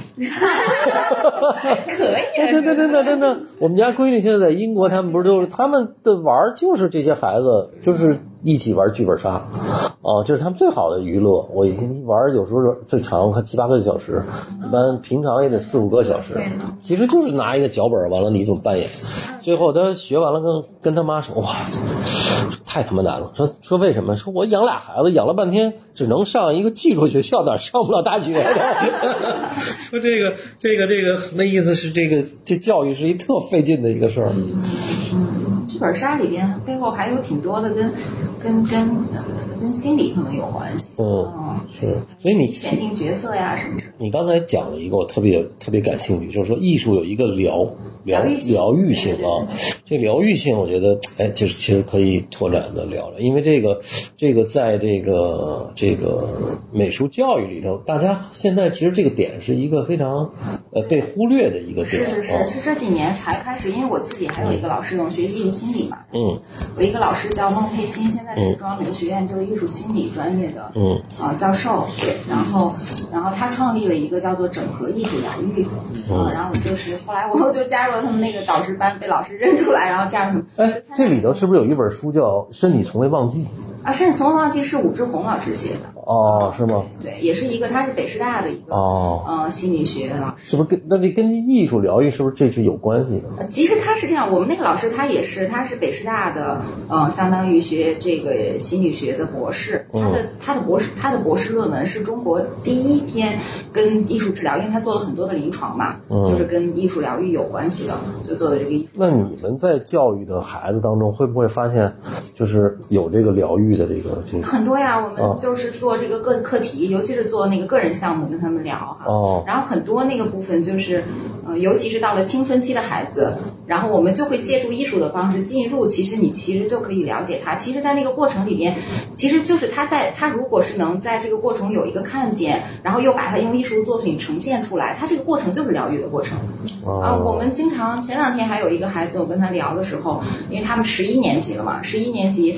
可以
真的真的真的，我们家闺女现在在英国，他们不是就是他们的玩儿就是这些孩子就是一起玩剧本杀，啊，这是他们最好的娱乐。我已经玩儿有时候最长看七八个小时，一般平常也得四五个小时。其实就是拿一个脚本儿，完了你怎么扮演？最后他学完了跟跟他妈说，哇，太他妈难了。说说为什么？说我养俩孩子，养了半天只能上一个技术学校，哪上不了大学的。 说这个这个这个，那意思是这个这教育是一特费劲的一个事儿。
嗯，
剧本杀里边背后还有挺多的跟跟跟呃跟心理可能有关系。
嗯，是。所以
你
你
选定角色呀什么之类的。
你刚才讲了一个我特别特别感兴趣，就是说艺术有一个疗疗
疗愈性
疗愈性啊，这疗愈性我觉得哎，就是其实可以拓展的聊聊，因为这个这个在这个这个美术教育里头，大家现在其实这个点是一个非常呃被忽略的一个点
是是
啊
是，，是这几年才开始，因为我自己还有一个老师，我学艺术心理嘛，
嗯
我一个老师叫孟佩欣，现在是中央美术学院就是艺术心理专业的
嗯
呃教授，对，然后然后他创立了一个叫做整合艺术疗愈，啊，然后我就是后来我就加入了他们那个导师班，被老师认出来，然后加入他们。
哎，这里头是不是有一本书叫《身体从未忘记
啊，甚至从忘记是武志红老师写的，》？
哦，是吗？
对，也是一个他是北师大的一个
哦，
呃心理学老师。
是不是跟那这跟艺术疗愈是不是这是有关系的？
呃，其实他是这样，我们那个老师他也是，他是北师大的，呃，相当于学这个心理学的博士。他的
嗯
他的博士他的博士论文是中国第一篇跟艺术治疗，因为他做了很多的临床嘛，
嗯
就是跟艺术疗愈有关系的，就做的这个艺术。
那你们在教育的孩子当中，会不会发现，就是有这个疗愈的这个这个？
很多呀，我
哦
们就是做这个个课题，尤其是做那个个人项目，跟他们聊哈。
哦，
然后很多那个部分就是，呃，尤其是到了青春期的孩子，然后我们就会借助艺术的方式进入，其实你其实就可以了解他。其实，在那个过程里边，其实就是他在他如果是能在这个过程有一个看见，然后又把它用艺术作品呈现出来，他这个过程就是疗愈的过程。啊，我
哦，
们经常前两天还有一个孩子，我跟他聊的时候，因为他们十一年级了嘛，十一年级，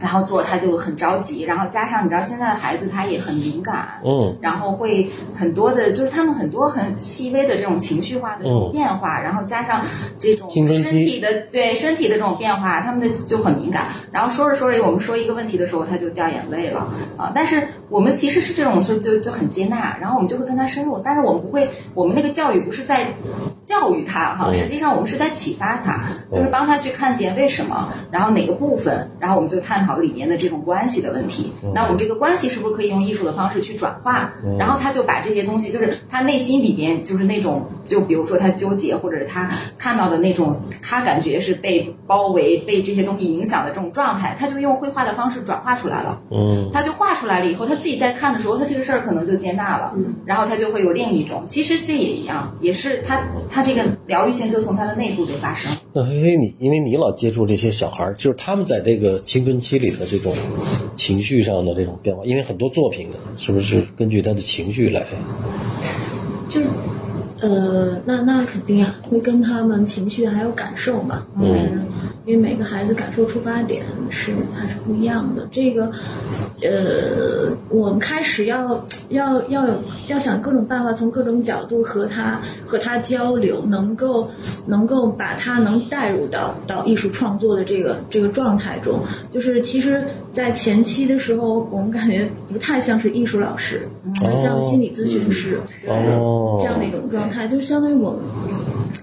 然后做他就很着急，然后加上你知道现在的孩子他也很敏感，
嗯，
然后会很多的，就是他们很多很细微的这种情绪化的这种
嗯
变化，然后加上这种
青
身
春期
体的对身体的这种变化，他们的就很敏感。然后说着说着，我们说一个问题的时候，他就掉眼泪了啊！但是我们其实是这种事就就很接纳，然后我们就会跟他深入，但是我们不会，我们那个教育不是在教育他哈、
嗯
实际上我们是在启发他，就是帮他去看见为什么，然后哪个部分，然后我们就探讨里面的这种关系的问题。
嗯
那我们这个关系是不是可以用艺术的方式去转化？然后他就把这些东西，就是他内心里边就是那种，就比如说他纠结，或者是他看到的那种，他感觉是被包围、被这些东西影响的这种状态，他就用绘画的方式转化出来了。
嗯，
他就画出来了以后，他自己在看的时候，他这个事儿可能就接纳了，然后他就会有另一种。其实这也一样，也是他他这个疗愈性就从他的内部就发生。
那因为你因为你老接触这些小孩儿，就是他们在这个青春期里的这种情绪上的这种变化，因为很多作品是不是根据他的情绪来？
就是，呃，那那肯定啊，会跟他们情绪还有感受嘛，就是因为每个孩子感受出发点是它是不一样的。这个，呃，我们开始要要要有要想各种办法，从各种角度和他和他交流，能够能够把他能带入到到艺术创作的这个这个状态中。就是其实，在前期的时候，我们感觉不太像是艺术老师，而像心理咨询师。
哦
这，样的一种状态，就相当于我们，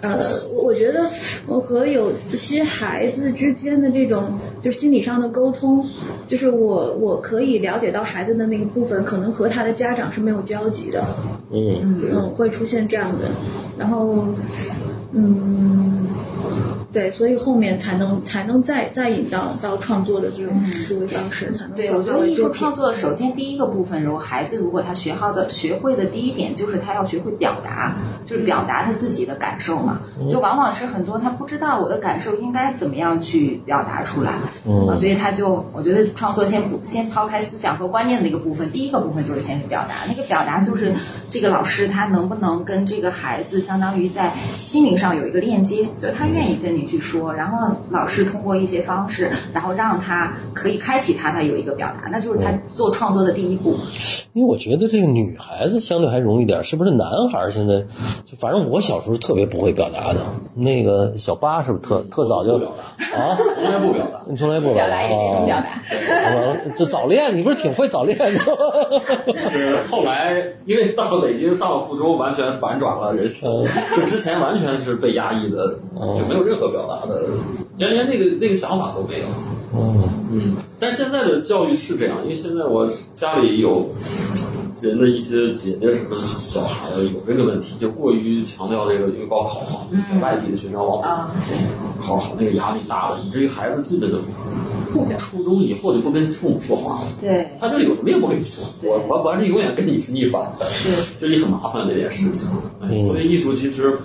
呃，我我觉得我和有些孩子之间的这种就是心理上的沟通，就是我我可以了解到孩子的那个部分，可能和他的家长是没有交集的，
嗯
嗯，会出现这样的，然后，嗯，对，所以后面才能才能再再引导到创作的这种思维方式，才能
嗯对，
搞
我觉得
到
艺术
作品
创作首先第一个部分，如果孩子如果他学好的学会的第一点就是他要学会表达，就是表达他自己的感受嘛。就往往是很多他不知道我的感受应该怎么样去表达出来，
嗯
啊，所以他就我觉得创作先不先抛开思想和观念的一个部分，第一个部分就是先是表达，那个表达就是这个老师他能不能跟这个孩子相当于在心灵上有一个链接，就他愿意跟你去说，然后老师通过一些方式，然后让他可以开启他他有一个表达，那就是他做创作的第一步。
因为我觉得这个女孩子相对还容易点儿，是不是？男孩儿现在，就反正我小时候特别不会表达的。那个小八是不是特特早就
不表达，
啊？
从来不表达。
你从来不表达啊？
达。
啊 这早恋，你不是挺会早恋的吗？
就是后来，因为到北京上了附中，完全反转了人生。
嗯
就之前完全是被压抑的，就没有任何表达的，连连那个那个想法都没有。
嗯
嗯，但是现在的教育是这样，因为现在我家里有人的一些姐姐什么小孩儿有这个问题，就过于强调这个，因为高考嘛，
嗯
在外地的学生往往
啊，
高考那个压力大了，以至于孩子基本就初中以后就不跟父母说话了。
对，
他就是有什么也不跟你说，
对
我我反正永远跟你是逆反的，这是很哎麻烦的一件事情。
嗯
所以艺术其实，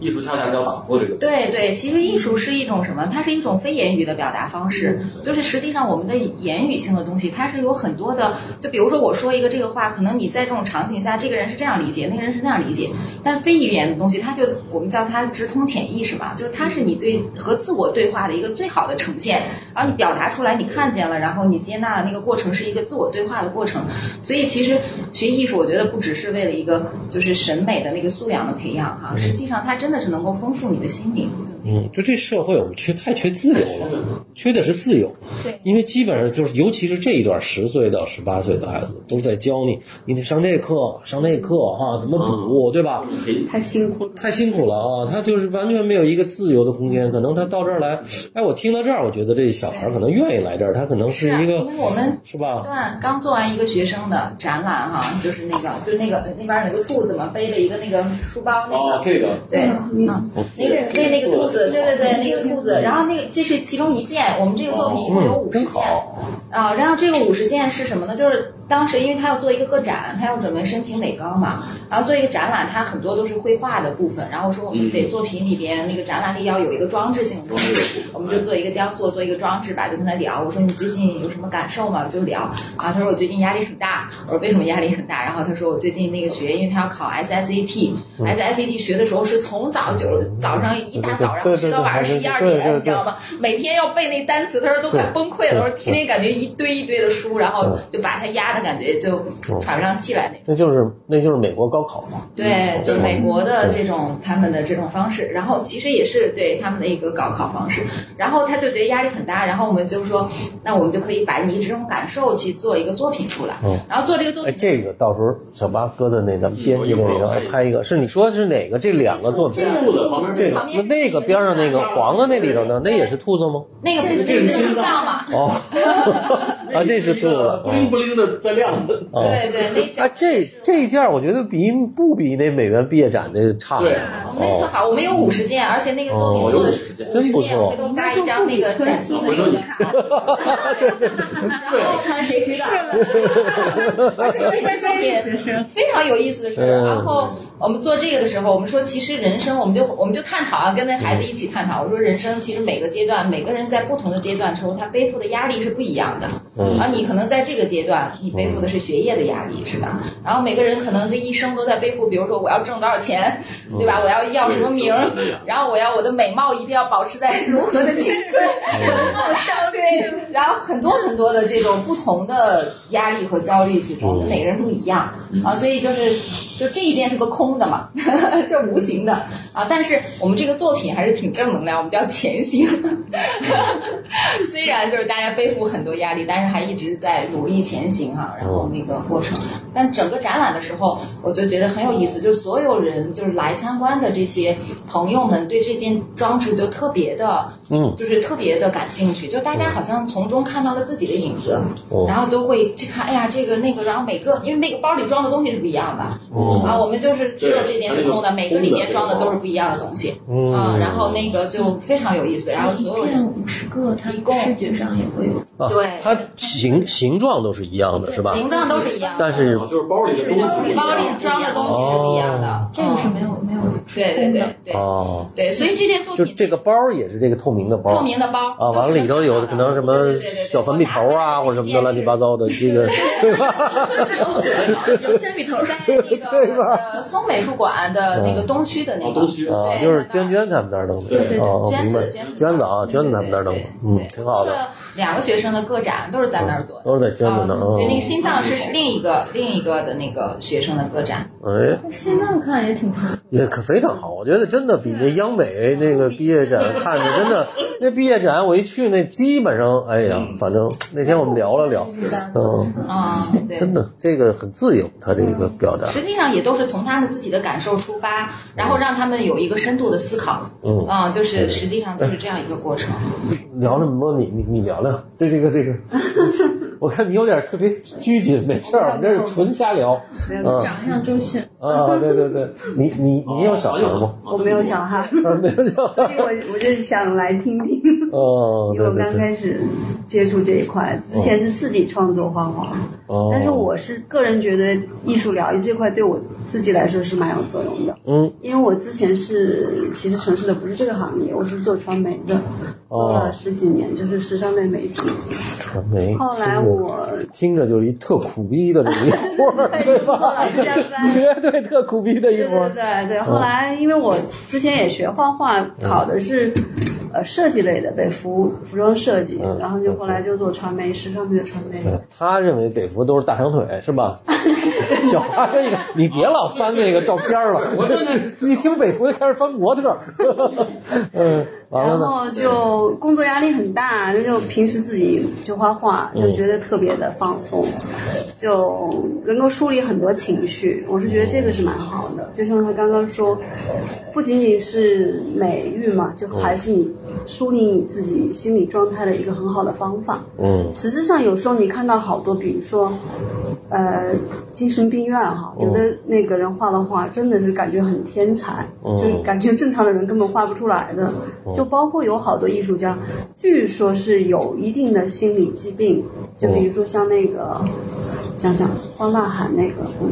艺术恰恰是要打破这个。
对对，其实艺术是一种什么？它是一种非言语的表达方式，就是实际上我们的言语性的东西，它是有很多的。就比如说我说一个这个话，可能你在这种场景下，这个人是这样理解，那个人是那样理解，但是非语言的东西，它就我们叫它直通潜意识嘛，就是它是你对和自我对话的一个最好的呈现。然后你表达出来，你看见了，然后你接纳的那个过程是一个自我对话的过程。所以其实学艺术，我觉得不只是为了一个就是审美的那个素养的培养哈、实际上它真的是能够丰富你的心灵。
嗯，就这社会我们缺太缺自由了，缺的是自由。
对
因为基本上就是，尤其是这一段十岁到十八岁的孩子，都在教你，你得上这课，上那课啊，怎么补，对吧？
培
太辛苦了。
太辛苦了啊！他就是完全没有一个自由的空间。可能他到这儿来，哎，我听到这儿，我觉得这小孩儿可能愿意来这儿，他可能
啊，
一个
因为我们
是吧？
段刚做完一个学生的展览哈、就是那个就是那个那边有一个兔子嘛，背了一个那个书包那个。
哦，这个
对，嗯，那个被那个兔子，对对对，那个兔子，然后那个这是其中一件，我们这个作品一共有
嗯，
五十
真
件，
好。
啊，然后这个五十件是什么呢？就是当时因为他要做一个个展，他要准备申请美高嘛，然后做一个展览，他很多都是绘画的部分，然后说我
嗯
们得作品里边、那个展览里要有一个装置性的东西，我们
哎
就做一个雕塑，做一个装置吧，就跟他聊，我说你最近有什么感受吗？我就聊，然后他说我最近压力很大，我说为什么压力很大？然后他说我最近那个学，因为他要考 SSAT，SSAT 学的时候是从早九早上一大早，然后学到晚上十一二点，你知道吗？每天要背那单词，他说都快崩溃了，我说天天感觉一堆一堆的书，然后就把他压的感觉就喘不上气来那种。
那就是那就是美国高考嘛。嗯
对，就是美国的这种他们的这种方式，然后其实也是对他们的一个高考方式，然后他就觉得压力很大，然后我们就说，那我们就可以把你这种感受去做一个作品出来
嗯，
然后做这个作
哎，
品。
这个到时候小八哥的那个编辑那个拍一个，是你说的是哪个？这两个作品，
兔子旁边
这
这
个
个，
那那个边上那个黄的那里头呢，那也是兔子吗？
那个不是
这是心脏
脏嘛？
哦，啊，这是兔子
不。灵不灵的在亮的。
啊
对对，那
啊，
家
这这一件儿我觉得比不比那美元毕业展那差？
对
我们那特好，我们有五十件，而且那个作
哦
品
有
做的
50件
真不错
我回头发一张那个展厅的那个卡。
对，
看谁知道。
而且这些作品非常有意思的是，
嗯
然后我们做这个的时候，我们说其实人生，我们就我们就探讨啊，跟那孩子一起探
嗯
讨。我说人生其实每个阶段，每个人在不同的阶段的时候，他背负的压力是不一样的。
嗯
啊，你可能在这个阶段，你背负的是学业的压力，是吧？
嗯
然后每个人可能这一生都在背负，比如说我要挣多少钱，对吧？我要要什么名儿
嗯对就是这样，
然后我要我的美貌一定要保持在如何的青春，对，然后很多很多的这种不同的压力和焦虑之中，每个人不一样啊，所以就是就这一件是个空的嘛， 就无形的啊，但是我们这个作品还是挺正能量，我们叫前行， 虽然就是大家背负很多压力，但是还一直在努力前行哈、然后那个过程，但整个展览的时候，我就觉得很有意思，就是所有人就是来参观的这些朋友们对这件装置就特别的
嗯，
就是特别的感兴趣，就大家好像从中看到了自己的影子，
哦
然后都会去看，哎呀，这个那个，然后每个因为每个包里装的东西是不一样的，
哦
啊，我们就是只有这件是空的，
对
每个里面装的都是不一样的东西，
嗯
啊，然后那个就非常有意思，然后所有
一片
人
五十个，它
一共
视觉上也会有。
啊
对
它形形状都是一样的，是吧？
形状都是一样的，
但是
就是包里的东西不一样
包里装的东西是不一样的
哦，
这个是
嗯
没
啊
有没有
对对对对
哦，
对，所以这件作
就
品
这个包儿也是这个透明的包儿，
透明的包
啊，完了里头有可能什么小粉笔头啊，或者什么的乱七八。糟的，这个对吧？
有铅笔头儿。
在 那个呃松美术馆的那个东区的那
啊，
个
东区
啊，
对
就是娟娟他们那儿弄的，
对对
啊，我
娟
明白
子，娟子
娟子啊，娟子他们那儿弄的
对，
嗯，挺好的，。
两个学生的个展都是在那儿做的。啊
都是在娟子那儿，
对，那个
嗯，
心脏是另一个另一个的那个学生的个展，
哎，
现在看也挺清楚。
也可非常好，我觉得真的比那央美那个毕业展看着真的，那毕业展我一去那基本上，哎呀，反正那天我们聊了聊，嗯，
嗯，对，
真的这个很自由，他这个表达，
实际上也都是从他们自己的感受出发，然后让他们有一个深度的思考，
嗯。
啊、就是实际上就是这样一个过程。
聊那么多，你你你聊聊，对这个 这个，我看你有点特别拘谨，没事儿，我们这是纯瞎 聊。嗯
长相周迅，
啊，对对对，你你你有小孩吗？
我没哦有小 孩，
啊， 没有小孩
所以。我我就是想来听听，
哦，
因
对
为我
对
刚
对，
开始接触这一块，之前是自己创作画画，
哦，
但是我是个人觉得艺术疗愈这块对我自己来说是蛮有作用的。
嗯
因为我之前是其实从事的不是这个行业，我是做传媒的，
哦
做了十几年，就是时尚类媒体。
传媒，
后来我
听着就是一特苦逼的这 么一活儿，对
做
吧？
了加 班。
绝对特苦逼的一
对
活
对
儿。
对对，后来因为我之前也学画画，
嗯
考的是呃设计类的，北服服装设计
嗯，
然后就后来就做传媒，时尚类的传媒。
嗯他认为北服都是大长腿是吧？小花儿那个，你别老翻那个照片儿了。
我真的
一听北服就开始翻模特儿， 嗯，完了
然
呢，
后就工作压力很大，那就平时自己就画画，
嗯
就觉得特别的放松，就能够梳理很多情绪。我是觉得这个是蛮好的，就像他刚刚说，不仅仅是美育嘛，就还是你梳理你自己心理状态的一个很好的方法。
嗯
实质上，有时候你看到好多，比如说，呃，精神病院哈，
嗯
有的那个人画的画，真的是感觉很天才，
嗯
就是感觉正常的人根本画不出来的。就包括有好多艺术家，据说是有一定的心理疾病，就比如说像那个，想想方大海那个，嗯，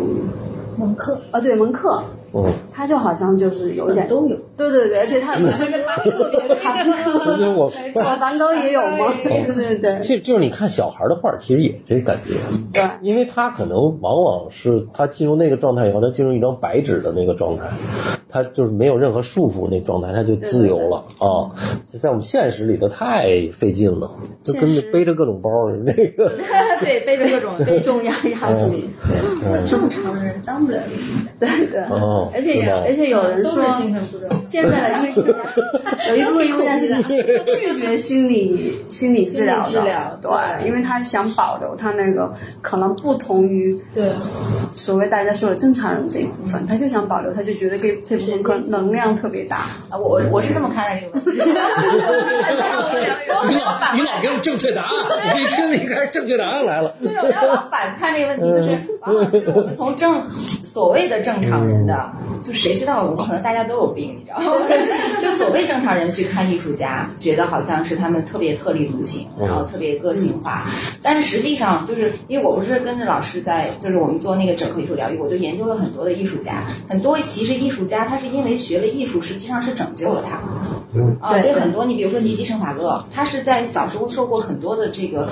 蒙克
啊，对，蒙克，
嗯，
他就好像就是有一点，
都有。
对对对，而且他有那个特别坎
而且
坷，
我
梵高也有吗？对对对
这就是你看小孩的画儿，其实也这感觉，
对。
因为他可能往往是他进入那个状态以后，他进入一张白纸的那个状态，他就是没有任何束缚那状态，他就自由了啊！就在我们现实里头太费劲了，就跟着背着各种包儿那 个，
对，背着各种
被重压压
嗯
惊，
嗯
正常的人当不了艺术家，
对对，
哦
而且
是吧
而且有人
都
说
是，精神不正。
现在 的艺术家有一部分艺术家是拒绝心理 心理治疗
心理治
的
疗，
对，因为他想保留他那个可能不同于
对，
所谓大家说的正常人这一部分，他就想保留，他就觉得这这部分可能量特别大，
啊，我我我是这么看待这 个问题。 我我反
你老给我们正确答案，你一听你开始正确答案来了，
就是我要往反看这个问题，就是往往是我们从正所谓的正常人的，就谁知道我可能大家都有病，你知道吗？ 就所谓正常人去看艺术家，觉得好像是他们特别特立独行，然后特别个性化，但是实际上就是因为我不是跟着老师在，就是我们做那个整合艺术疗愈，我就研究了很多的艺术家，很多其实艺术家他是因为学了艺术，实际上是拯救了他。啊，对很多你比如说尼基圣法勒，他是在小时候受过很多的这个，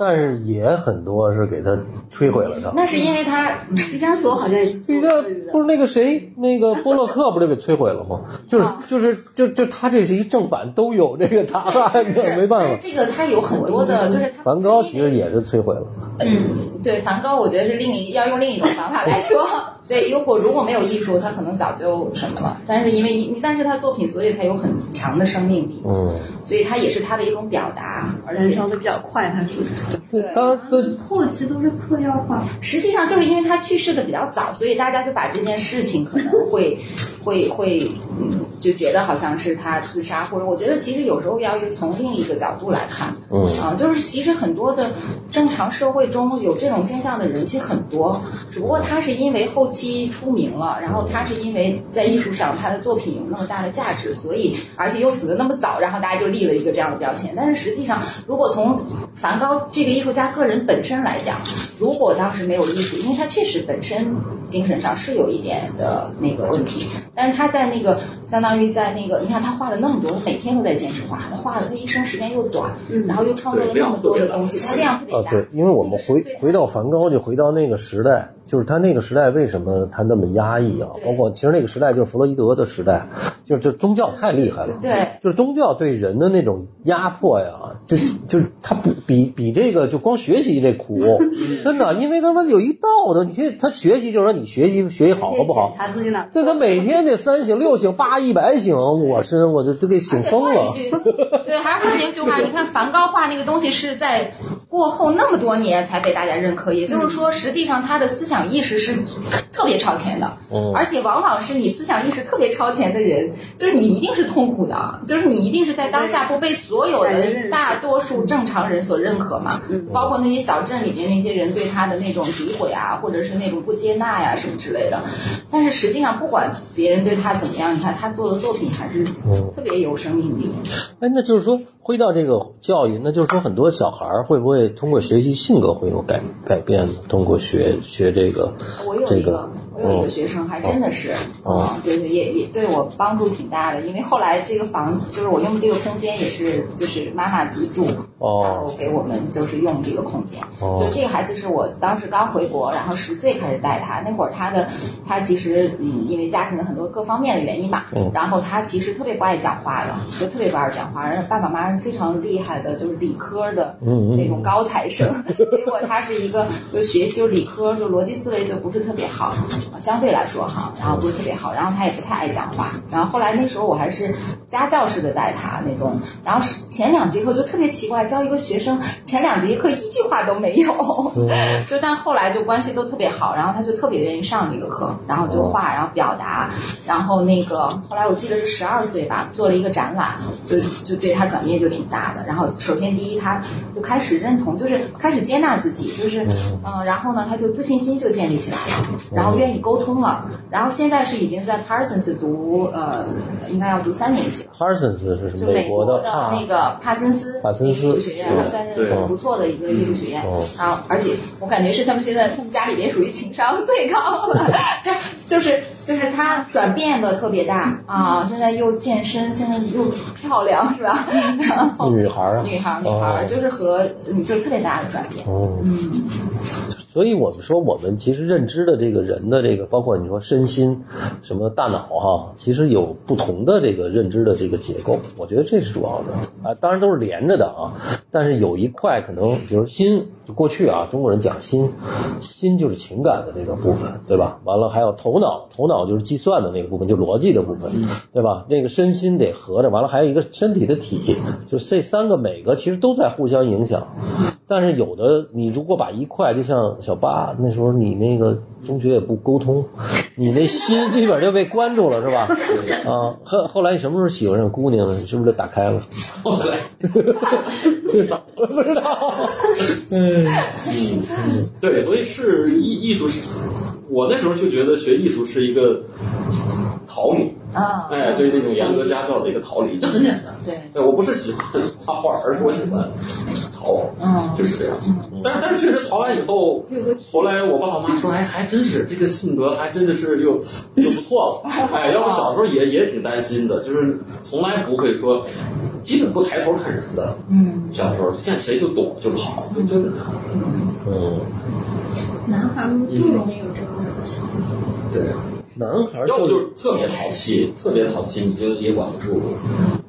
但是也很多是给他摧毁了他。
那是因为他嗯
毕加索好像也是
你
这么
这
认为的
不是那个谁，那个波洛克不就给摧毁了吗？就是
啊
就是就就他这是一正反都有这个答案
是
的，没办
但
法
是。这个它有很多的，就是它
梵高其实也是摧毁了，
嗯，对，梵高我觉得是另一要用另一种方法来说， 对，如果如果没有艺术，他可能早就什么了。但是因为但是他作品，所以他有很强的生命力，
嗯，
所以它也是他的一种表达，而
燃
且
烧的比较快，还是
对。
当都
后期都是嗑药化，
实际 上就是因为他去世的比较早，所以大家就把这件事情可能会会会嗯，就觉得好像是他自杀，或者我觉得其实有时候要从另一个角度来看，
嗯
啊，就是其实很多的正常社会中有这种现象的人其实很多，只不过他是因为后期出名了，然后他是因为在艺术上他的作品有那么大的价值，所以而且又死的那么早，然后大家就立了一个这样的标签。但是实际上，如果从梵高这个艺术家个人本身来讲，如果当时没有艺术，因为他确实本身精神上是有一点的那个问题，但是他在那个相当于在那个，你看他画了那么多，每天都在坚持画，他画的他一生时间又短，然后又创作了那么多的东西，他量特别
啊，
大。
对，因为我们回
对
回到梵高，就回到那个时代，就是他那个时代为什么他那么压抑啊？
对
包括其实那个时代就是弗洛伊德的时代，就是就宗教太厉害了，
对
就是宗教对人的那种压迫呀，就就是他不比比这个就光学习这苦， 真的，因为他妈有一道德，你看他学习就是说你学习学习好和不好
检，查自己哪？
这他每天得三醒六醒八一百醒，我是我这这给醒
而且
疯
还有
了
一。句，对，还是说一句话，你看梵高画那个东西是在过后那么多年才被大家认可，也
嗯
就是说，实际上他的思想意识是特别超前的，
嗯
哦
而且往往是你思想意识特别超前的人，就是你一定是痛苦的，啊就是你一定是在当下不被所有
对嗯
的大多数正常人所认可嘛，包括那些小镇里面那些人对他的那种诋毁啊，或者是那种不接纳呀、什么之类的，但是实际上不管别人对他怎么样，你看他做的作品还是
哦
特别有生命力。
哎，那就是说，回到这个教育，那就是说，很多小孩儿会不会通过学习性格会有改改变呢？通过学学这个，
我有
这
一
个
个，我有一
嗯
个学生还真的是，
哦
嗯，对对，也也对我帮助挺大的，因为后来这个房就是我用的这个空间也是就是妈妈集住，
哦
然后给我们就是用这个空间，
哦
就这个孩子是我当时刚回国，然后十岁开始带他，那会儿他的他其实嗯，因为家庭的很多各方面的原因吧，
嗯
然后他其实特别不爱讲话的，就特别不爱讲话，然后爸爸妈妈是非常厉害的，就是理科的
嗯嗯
那种高材生， 结果他是一个就是学习就理科，就逻辑思维就不是特别好，呃相对来说哈，然后不是特别好，然后他也不太爱讲话，然后后来那时候我还是家教式的带他那种，然后前两节课就特别奇怪，教一个学生前两节课一句话都没有， 就但后来就关系都特别好，然后他就特别愿意上这个课，然后就画，然后表达，然后那个后来我记得是十二岁吧，做了一个展览，就就对他转变就挺大的。然后首先第一，他就开始认同，就是开始接纳自己，就是嗯、呃然后呢，他就自信心就建立起来了，然后愿意沟通了，然后现在是已经在 Parsons 读呃，应该要读三年级了。
Parsons 是什
就
么？
美
国啊
的
帕
那个帕森斯
帕森斯
那个艺术学院，
对
还算是很不错的一个艺术学院
哦。
然后，而且我感觉是他们现在他们家里边属于情商最高了，就就是就是他转变的特别大啊！现在又健身，现在又漂亮，是吧？然后
女孩儿啊，
女孩儿女孩儿
哦
就是和嗯，就是特别大的转变。
哦，所以我们说，我们其实认知的这个人的这个，包括你说身心、什么大脑哈、其实有不同的这个认知的这个结构。我觉得这是主要的啊，当然都是连着的啊，但是有一块可能，比如心，就过去啊，中国人讲心，心就是情感的这个部分，对吧？完了还有头脑，头脑就是计算的那个部分，就逻辑的部分，对吧？那个身心得合着，完了还有一个身体的体，就这三个每个其实都在互相影响。但是有的你如果把一块，就像小八那时候，你那个中学也不沟通，你那心基本就被关住了，是吧？啊，后后来你什么时候喜欢上姑娘了？你是不是就打开了？
哦
不知道。嗯
对，所以是艺艺术是，我那时候就觉得学艺术是一个逃离，
啊，
哎，对那种严格家教的一个逃离，就很简单。
对，
对，呃我不是喜欢画画，而是我喜欢逃，
嗯
就是这样。但是但是确实逃完以后，后来我爸我妈说，哎，还真是这个性格，还真的是又又不错 了。哎，要不小时候也也挺担心的，就是从来不会说，基本不抬头看人的。
嗯，
小时候见谁就躲就跑，就是
嗯，
男孩们更容易有这个问题。
对。
男孩儿
要不
就
就是特别淘气，特别淘气，你就也管不住；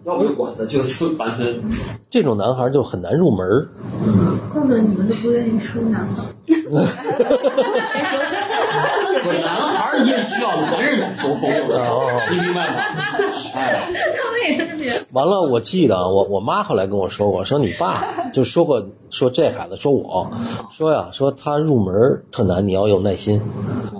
要不就管的就就烦人。
这种男孩儿就很难入门儿。
怪不得你们都不愿意生男孩。
不是男孩儿也需要男人来沟通的，你明白吗？
他
哎，
们
对，就是别人
完了，我记得啊，我我妈后来跟我说过，说你爸就说过，说这孩子，说我，说呀，说他入门特难，你要有耐心，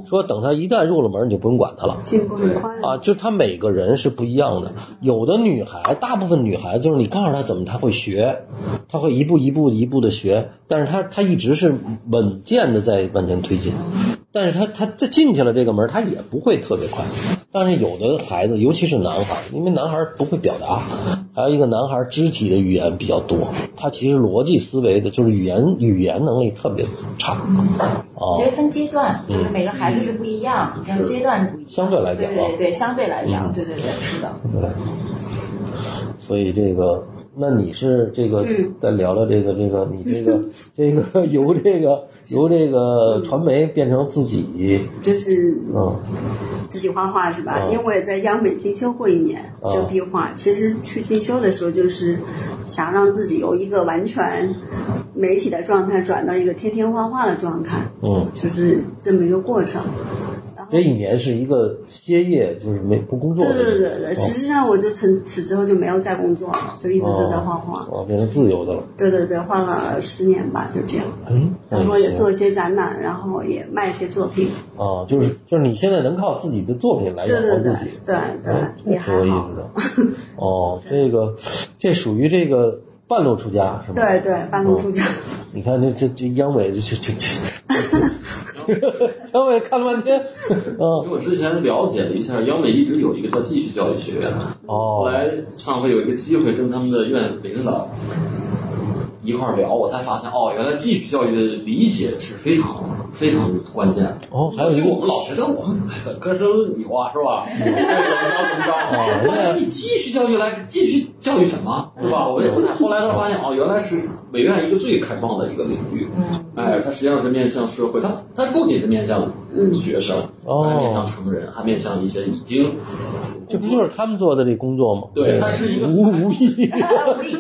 说等他一旦入了门，你就不用管他了。
进步很快乐。
啊，就是他每个人是不一样的。有的女孩，大部分女孩就是你告诉她怎么，她会学，她会一步一步一步的学，但是她她一直是稳健的在往前推进。但是她她再进去了这个门，她也不会特别快。但是有的孩子，尤其是男孩，因为男孩不会表达，还有一个男孩肢体的语言比较多，他其实逻辑思维的，就是语言语言能力特别差。啊
我觉，得分阶段，就是每个孩子是不一样，然后阶段是不一
嗯
样。
相对来讲啊
对对对，相对来讲，
嗯
对对对，是的。
对，所以这个，那你是这个，
嗯
再聊聊这个这个，你这 个这个由这个由这
嗯
个传媒变成自己，
就是
嗯
自己画画是吧？
嗯
因为我也在央美进修过一年，
嗯
就壁画。其实去进修的时候，就是想让自己由一个完全媒体的状态转到一个天天画画的状态，
嗯，
就是这么一个过程。然后
这一年是一个歇业，就是没不工作
对
的，
对对对对，
哦
实际上我就从此之后就没有再工作了，就一直就在画画。
哦，变成自由的了，
对对对，画了十年吧，就这样。
嗯，那
然后也
也行
做一些展览，然后也卖一些作品。
啊，就是就是你现在能靠自己的作品来
对
养
对
活
对
自己，
对
嗯
对，也
挺
还
有意
好
思。的。哦，这个这属于这个半路出家是吗？
对对，半
嗯
路出家。
你看这这这央美这这这这，央美看了半天，
因
嗯，
为我之前了解了一下，央美一直有一个叫继续教育学院，啊后
哦，
来上回有一个机会跟他们的院领导一块儿聊，我才发现哦，原来继续教育的理解是非常非常关键的。
哦还有一个
过去我们老觉得我们哎本科生牛啊，是吧？这怎么着怎么着？
哦
我说你继续教育来继续教育什么，是
嗯
吧？我就不太。后来才发现哦，原来是美院一个最开放的一个领域。
嗯
哎，它实际上是面向社会，它它不仅是面向学生，
哦
还面向成人，还面向一些已经
这不就是他们做的这工作吗？
对它是一个
无无意，
无 意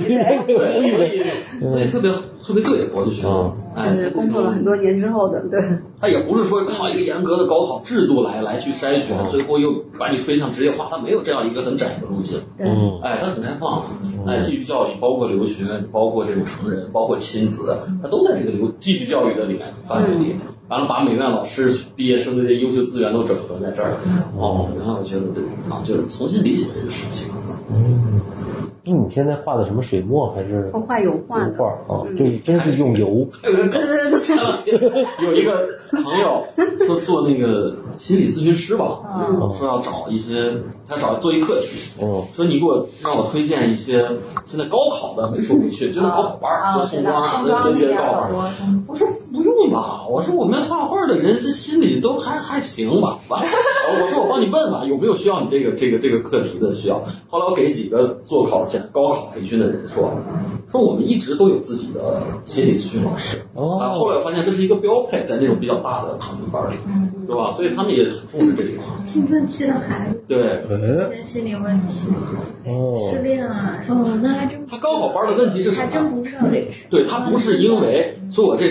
对，
对，所以所以特别特别对，我就觉得
嗯，
哎，
就是呃工作了很多年之后的，对，
他也不是说靠一个严格的高考制度来来去筛选，最后又把你推向职业化，他没有这样一个很窄的路径，
嗯，
哎，他很开放，哎，继续教育包括留学，包括这种成人，包括亲子，他都在这个留继续教育的里面范围
嗯
里。完了，把美院老师毕业生的这优秀资源都整合在这儿，哦，然后我觉得对啊，就是重新理解这个事情。
那你现在画的什么水墨还是
我画油画嗯
油
的。
画啊？就是真是用油，
还有人搞前两天有一个朋友说做那个心理咨询师吧，
嗯
说要找一些，他找做一课题，
嗯，
说你给我让我推荐一些现在高考的美术美学，就是高考班儿，
啊，
就
对
宋
的，
庄啊，
宋
就
庄
推
那
荐
边
高考
好
班儿。
多，嗯
我说不用吧，我说我们画画的人这心里都还还行吧。完了，我说我帮你问问有没有需要你这个这个这个课题的需要。后来我给几个做考前高考培训的人说，说我们一直都有自己的心理咨询老师。
嗯
哦
然后后来我发现这是一个标配，在那种比较大的考研班儿里，对吧？所以他们也很重视这一块。
兴奋期的孩子
对，
哎
一，些心理问题、
嗯
哦
失恋啊什么
哦，那还真
他高考班儿的问题是什
还真
么？
不知道这个事。
对他不是因为说我这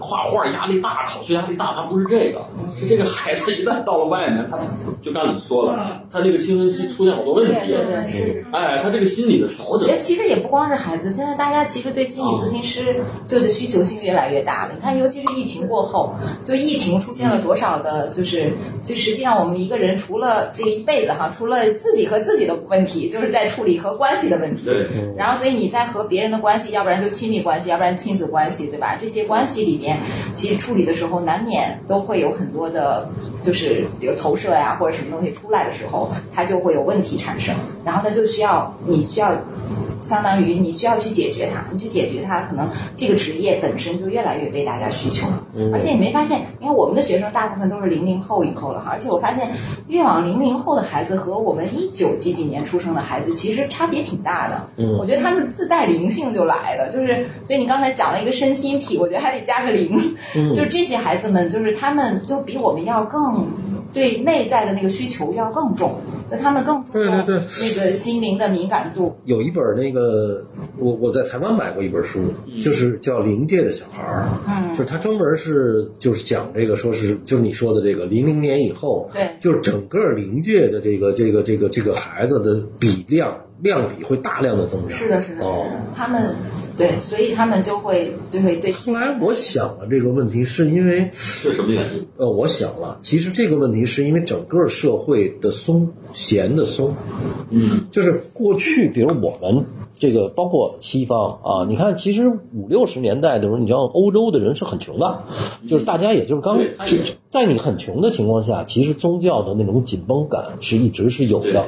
画画压力大，考学压力大，他不是这个，
嗯
是这个孩子一旦到了外面，他就刚才你说了，他这个青春期出现好多问题，
嗯对对对，哎是。
哎，他这个心理的调
我
整
觉得，其实也不光是孩子，现在大家其实对心理咨询师对的需求性越来越大了。你看，尤其是疫情过后，就疫情出现了多少的，就是就实际上我们一个人除了这一辈子哈，除了自己和自己的问题，就是在处理和关系的问题。
对，
然后，所以你在和别人的关系，要不然就亲密关系，要不然亲子关系，对吧？这些关系里面，其实处理的时候，难免都会有很多的，就是比如投射呀、或者什么东西出来的时候，它就会有问题产生，然后它就需要你需要。相当于你需要去解决它，你去解决它，可能这个职业本身就越来越被大家需求。而且你没发现，你看我们的学生大部分都是零零后以后了哈，而且我发现越往零零后的孩子和我们一九几几年出生的孩子其实差别挺大的。
嗯
我觉得他们自带灵性就来了，就是所以你刚才讲了一个身心体，我觉得还得加个灵，
嗯
就是这些孩子们，就是他们就比我们要更。对内在的那个需求要更重，就他们更注重
对对对
那个心灵的敏感度，
有一本那个，我我在台湾买过一本书，就是叫《灵界的小孩儿》，
嗯
就是他专门是就是讲这个，说是就是你说的这个零零年以后，
对
就是整个灵界的这个这个这个这个孩子的比量。量比会大量的增长。
是的，是的，
哦
是的，他们对，所以他们就会就会对
后来我想了这个问题，是因为
是什么原因？
呃，我想了，其实这个问题是因为整个社会的松，闲的松，
嗯，
就是过去，比如我们这个包括西方啊，你看，其实五六十年代的时候，你像欧洲的人是很穷的，就是大家也就是刚
对他也
就在你很穷的情况下，其实宗教的那种紧绷感是一直是有的
对。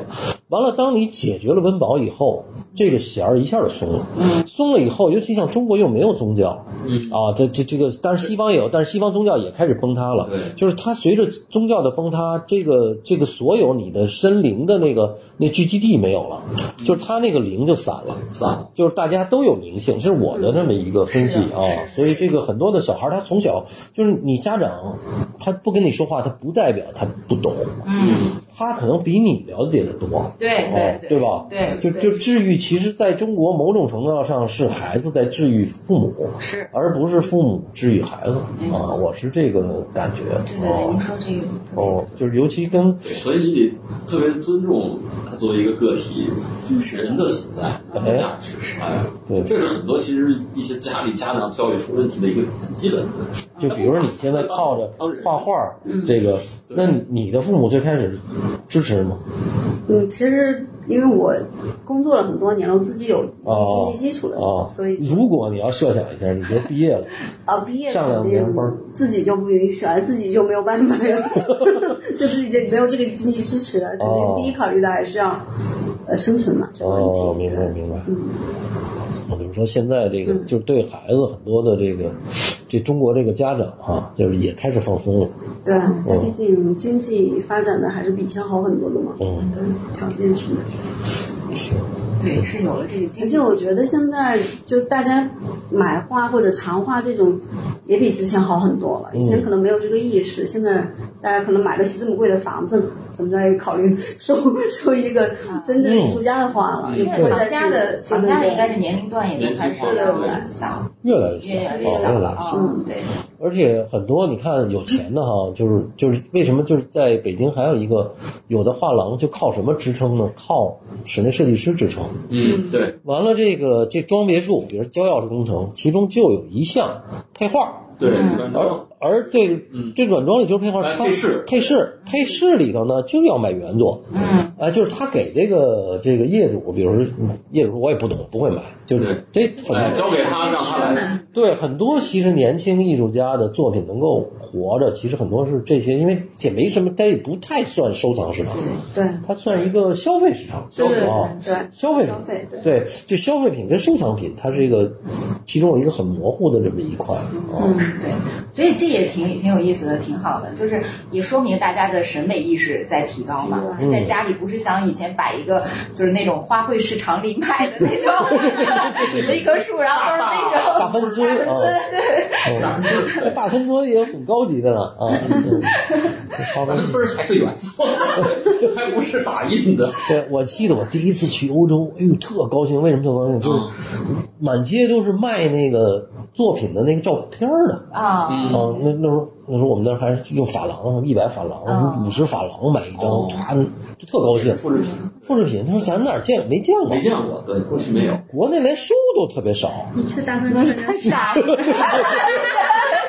完了，当你解决了温饱以后，这个弦儿一下就松了，松了以后，尤其像中国又没有宗教，
嗯
啊，这这这个，但是西方也有，但是西方宗教也开始崩塌了。
对
就是它随着宗教的崩塌，这个这个所有你的身灵的那个那聚集地没有了，就是它那个灵就散了，
散了。
就是大家都有灵性，这是我的这么一个分析
是
啊。所以这个很多的小孩儿，他从小就是你家长他不跟你说话，他不代表他不懂，
嗯，
他可能比你了解的多。
对对
哦对吧？
对，
就
对
就治愈，其实在中国某种程度上是孩子在治愈父母，
是。
而不是父母治愈孩子
没错
啊，我是这个感觉。
对对对，您说这个特别
哦，哦，就是尤其跟
所以你得特别尊重他作为一个个体，
嗯
人的存在、人的价值，哎，
对
这是很多其实一些家里家长教育出问题的一个基本的。
就比如说你现在靠着
当然
画画儿
嗯
这个，那你的父母最开始支持吗？
嗯，其实因为我工作了很多年了，我自己有
哦
经济基础了，
啊，
所以
如果你要设想一下，你就毕业 了，
啊，毕业
上两
肯
年
定
班儿
自己就不允许啊，自己就没有办法 呀，就自己就没有这个经济支持了，肯
哦
定第一考虑的还是要呃生存嘛这个问题。
哦，明白
对
明白。
嗯，
我就是说，现在这个
嗯
就是对孩子很多的这个，这中国这个家长哈、就是也开始放松了，
对啊，它
嗯
毕竟经济发展的还是比以前好很多的嘛。
嗯
对，条件什么的。
对，是有了这个经
而
济
且。我觉得现在就大家买画或者长画这种，也比之前好很多了。以前可能没有这个意识，现在大家可能买得起这么贵的房子，怎么着也考虑 收收一个
嗯
真正艺术家的画了。
现
就
在
不会
藏
再是
家的
传
藏家
统的
应该是年龄段也都开始
年
小，
越来越小，
越来
啊
越小
越
了
来越小
啊。。对，
而且很多你看有钱的哈，就是就是为什么就是在北京还有一个有的画廊就靠什么支撑呢？靠室内设计师支撑。
嗯，对，
完了这个这装别墅，比如交钥匙工程，其中就有一项配画，
对，
嗯
反
而
正
而这
嗯
这软装里就是配画，
哎
它
配饰
配饰配饰里头呢就要买原作。
嗯，
啊，就是他给这个这个业主，比如说嗯业主，我也不懂，不会买，就是这
嗯
很
哎，
多
交给他，让他来，
对，很多其实年轻艺术家的作品能够活着，其实很多是这些，因为也没什么，它也不太算收藏市场，
对
它算一个消费市场。
对对
啊，
对
消费
消费对
对，就消费品跟收藏品，它是一个其中有一个很模糊的这么一块 啊。
嗯，对，所以这也挺挺有意思的，挺好的，就是也说明大家的审美意识在提高嘛。
嗯
在家里不是像以前摆一个就是那种花卉市场里卖的那种一棵树，然后都是那种
大芬村啊， 对，大芬村也很高级的呢 啊。嗯 大
咱
芬
们
村
村儿还是原作，还不是打印的。
对，我记得我第一次去欧洲，哎呦，特高兴。为什么特高兴？就是
嗯
满街都是卖那个作品的那个照片儿的。
啊，
嗯
哦，那那时候那时候我们那儿还是用法郎，一百法郎、
嗯
五十法郎买一张，
哦
唰、就特高兴。
复制品
复制品，他说咱哪儿见没见过？
没见过，对，过去没有。
国内连书都特别少。
你去大芬村
太傻了。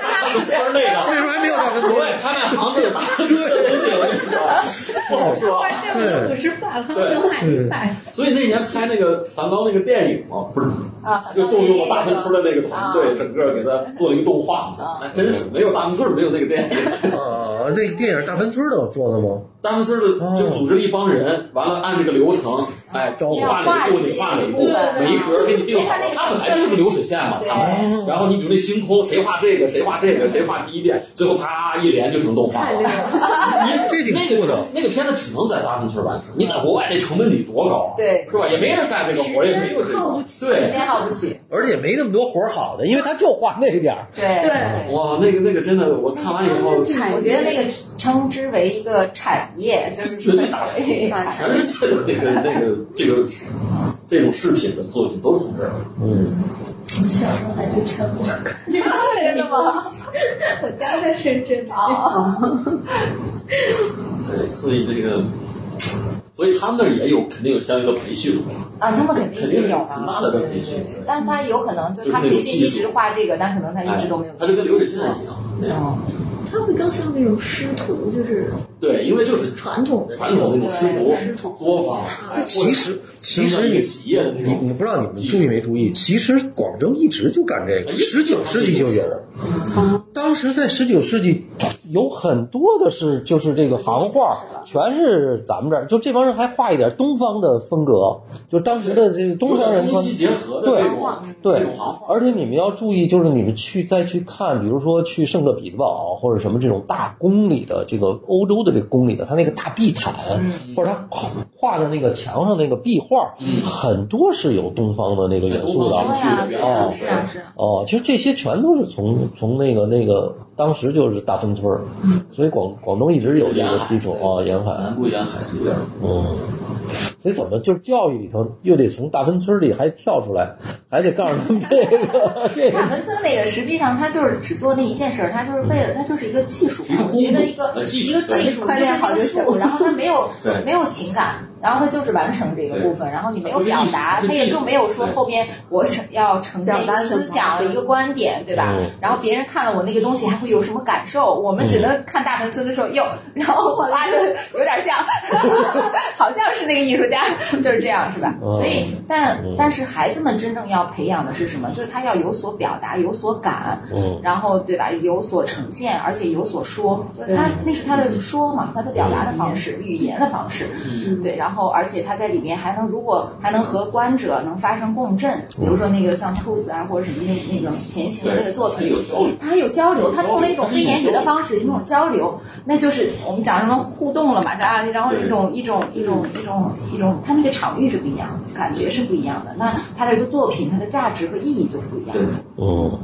他们村儿那个，
么还没有大分
国外拍卖行这个打字的东西，我跟你说，不好说啊。
对
五十法郎能买一百，
所以那年拍那个梵高那个电影嘛，不是
啊，
就动用了大芬村的那个团队，整个给他做了一个动画
啊。
哎，真是没有大芬村没有那个电影，
呃
啊，那个电影《大芬村》都有做的吗？
大芬村的就组织一帮人，完了按这个流程，哎，
哦招呼
你画哪一步你画哪一步，每一格给你定好，它本来就是个流水线嘛。
对
它然后你比如那星空，谁画这个，谁画这个，谁画第一遍，最后啪一连就成动画了。你
这挺
哎那个
酷的
那个片子只能在大芬村完成，你在国外那成本得多高啊？
嗯对
是吧？也没人干这个活，也没有这个。
时
对，
间耗不起，
而且没那么多活儿好的，因为他就画那点儿。
对对。
哇，那个那个真的，我看完以后，
产业
我觉得那个称之为一个产业，就是
绝对打成
对
全世界的那个那个这个这种饰品的作品都是从这儿。
嗯，
小时候还去全国，
真的吗？
我哦 家在深圳。
啊，
对，所以这个所以他们那儿也有肯定有相应的培训，
啊，他们肯定
肯定
是有
有
啊
很大的
对
培
对
训
对，但他有可能就
就是
他
是那
培
种
训
技
一直
术
画这个，但可能他啊一直
哎
都没有。
它就跟流水线一样。那样
嗯，
他会更像那种师徒，就是
对，因为就是
传统的
传统那种师
对
师
徒
徒
作坊，哎或
其
者
实其
影响
实
一
你
个企业的那
你
种
你不知道你们注意没注意，其实广州一直就干这
哎
个，
一
十
直
九世纪就有。
嗯，
当时在十九世纪，有很多的是就是这个行话，全是咱们这儿，就这帮人还画一点东方的风格，就当时的这个东方人
中
穿
西结合的这种这
对
种行，话，
而且你们要注意，就是你们去再去看，比如说去圣克彼得堡或者什么这种大宫里的这个欧洲的这个宫里的，它那个大地毯，或者它画的那个墙上那个壁画，
嗯
很多是有东方的那个元素的。
东
对
方情绪
呀，
的
对
元
呀，
素
是啊，是啊。
哦，其实这些全都是从从那个那个当时就是大芬村儿，所以广广东一直有这个基础啊，沿海
南，部沿海这边，
嗯，所以怎么就是教育里头又得从大芬村里还跳出来，还得告诉他们这个这个
大文村那个，实际上他就是只做那一件事儿，他就是为了他就是一个技术
一个
嘛，我觉得一
工
个
作呃技术
一个技术，
快练好就行
一个术然后他没有
对
没有情感，然后他就是完成这个部分，然后你没有表达，
它
他
不是艺术它是
也
技术
就没有说
对
后边我呈要呈现一
表
个
达什么
思想
对
一个观点，对吧
嗯？
然后别人看了我那个东西还会有什么感受？我们只
嗯
能看大文村的时候，哟， 然后我拉的有点像， 好像是那个艺术家，就是这样，是吧？
嗯
所以但
嗯
但是孩子们真正要培养的是什么？就是他要有所表达，有所感，
嗯
然后对吧？有所呈现，而且有所说，就是
嗯
他那是他的说嘛，他的表达的方式，语言的方式，
嗯
对。然后而且他在里面还能，如果还能和观者能发生共振，比如说那个像 Tools 啊或者什么那那个前行的那个作
对
品，
它有交流有交流
他还有交流，他通过一种非言语的方式，一种交流，那就是我们讲什么互动了嘛，这啊，然后
对
一种一种一种一种一种，他那个场域是不一样的，感觉是不一样的，那他的一个作品，它的价值和意义就是不一样的。
嗯，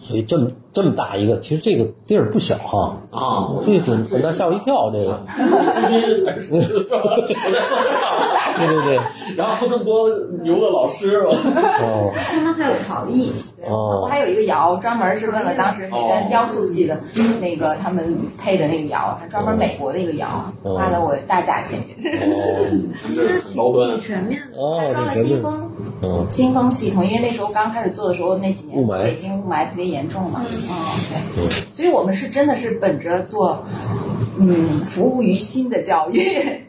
所以这么这么大一个，其实这个地儿不小哈，
啊，我
这很很大，吓我一跳，这个，
最近 我在算账，
对对对，
然后这么多牛的老师，
哦
他们还有陶艺，
我
哦，
还有一个窑，专门是为了当时那个雕塑系的那个他们配的那个窑，还专门美国的一个窑，
嗯
花了我大价钱，
哦，
真的很高端
挺。全面的。
哦，
还 装了
这
新
绝对，
风
嗯，
新风系统，因为那时候刚开始做的时候，那几
雾
年
霾
北京雾霾特别严重嘛，嗯，
嗯
对，所以我们是真的是本着做。嗯，服务于新的教育，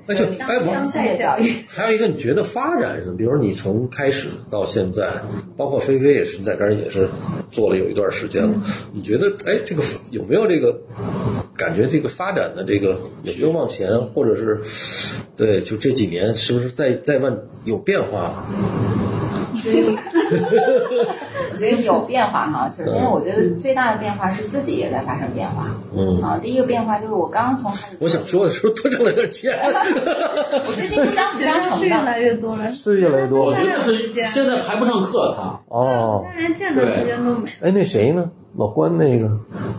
那就哎我
当代教育，
还有一个，你觉得发展呢？比如你从开始到现在，包括菲菲也是在这儿也是做了有一段时间了。你觉得，哎，这个有没有这个感觉？这个发展的这个有没有往前，啊或者是对，就这几年是不是在在往有变化？
我觉得有变化哈，就是因为我觉得最大的变化是自己也在发生变化
嗯，
啊。第一个变化就是我刚刚从开始，
我想说的时候多挣了点钱。
我最近相辅
学
相
生
成
是越
的。
来越多了，
是越来越多
我
了
觉得是现在排不上课，他
哦，
但连见的时间都没有。
哎，那谁呢？老关那个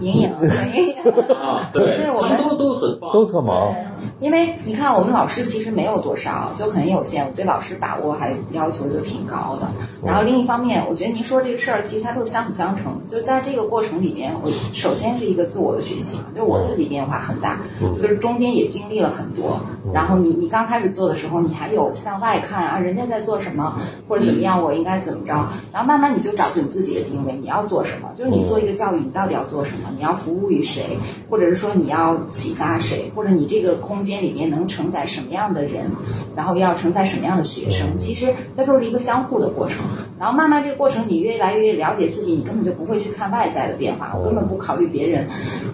莹莹，
啊，对
对，我
他
们
们都都很棒，
都特忙。
因为你看我们老师其实没有多少，就很有限，我对老师把握还要求就挺高的。然后另一方面，我觉得您说这个事儿其实它都是相辅相成，就是在这个过程里面，我首先是一个自我的学习，就是我自己变化很大，就是中间也经历了很多。然后你你刚开始做的时候，你还有向外看啊，人家在做什么或者怎么样，我应该怎么着。然后慢慢你就找准自己的定位，你要做什么？就是你做一个教育，你到底要做什么？你要服务于谁，或者是说你要启发谁，或者你这个空间里面能承载什么样的人，然后要承载什么样的学生？其实那都是一个相互的过程。然后慢慢这个过程，你越来越了解自己，你根本就不会去看外在的变化，我根本不考虑别人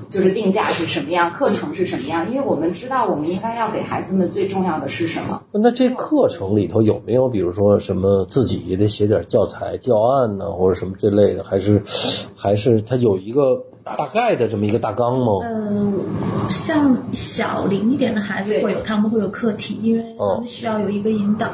就是定价是什么样，课程是什么样，因为我们知道我们应该要给孩子们最重要的是什么。
那这课程里头有没有，比如说什么自己也得写点教材、教案呢、或者什么这类的？还是还是它有一个大概的这么一个大纲吗？
嗯，像
哦
小龄一点的孩子会有，他们会有课题，因为他们需要有一个引导。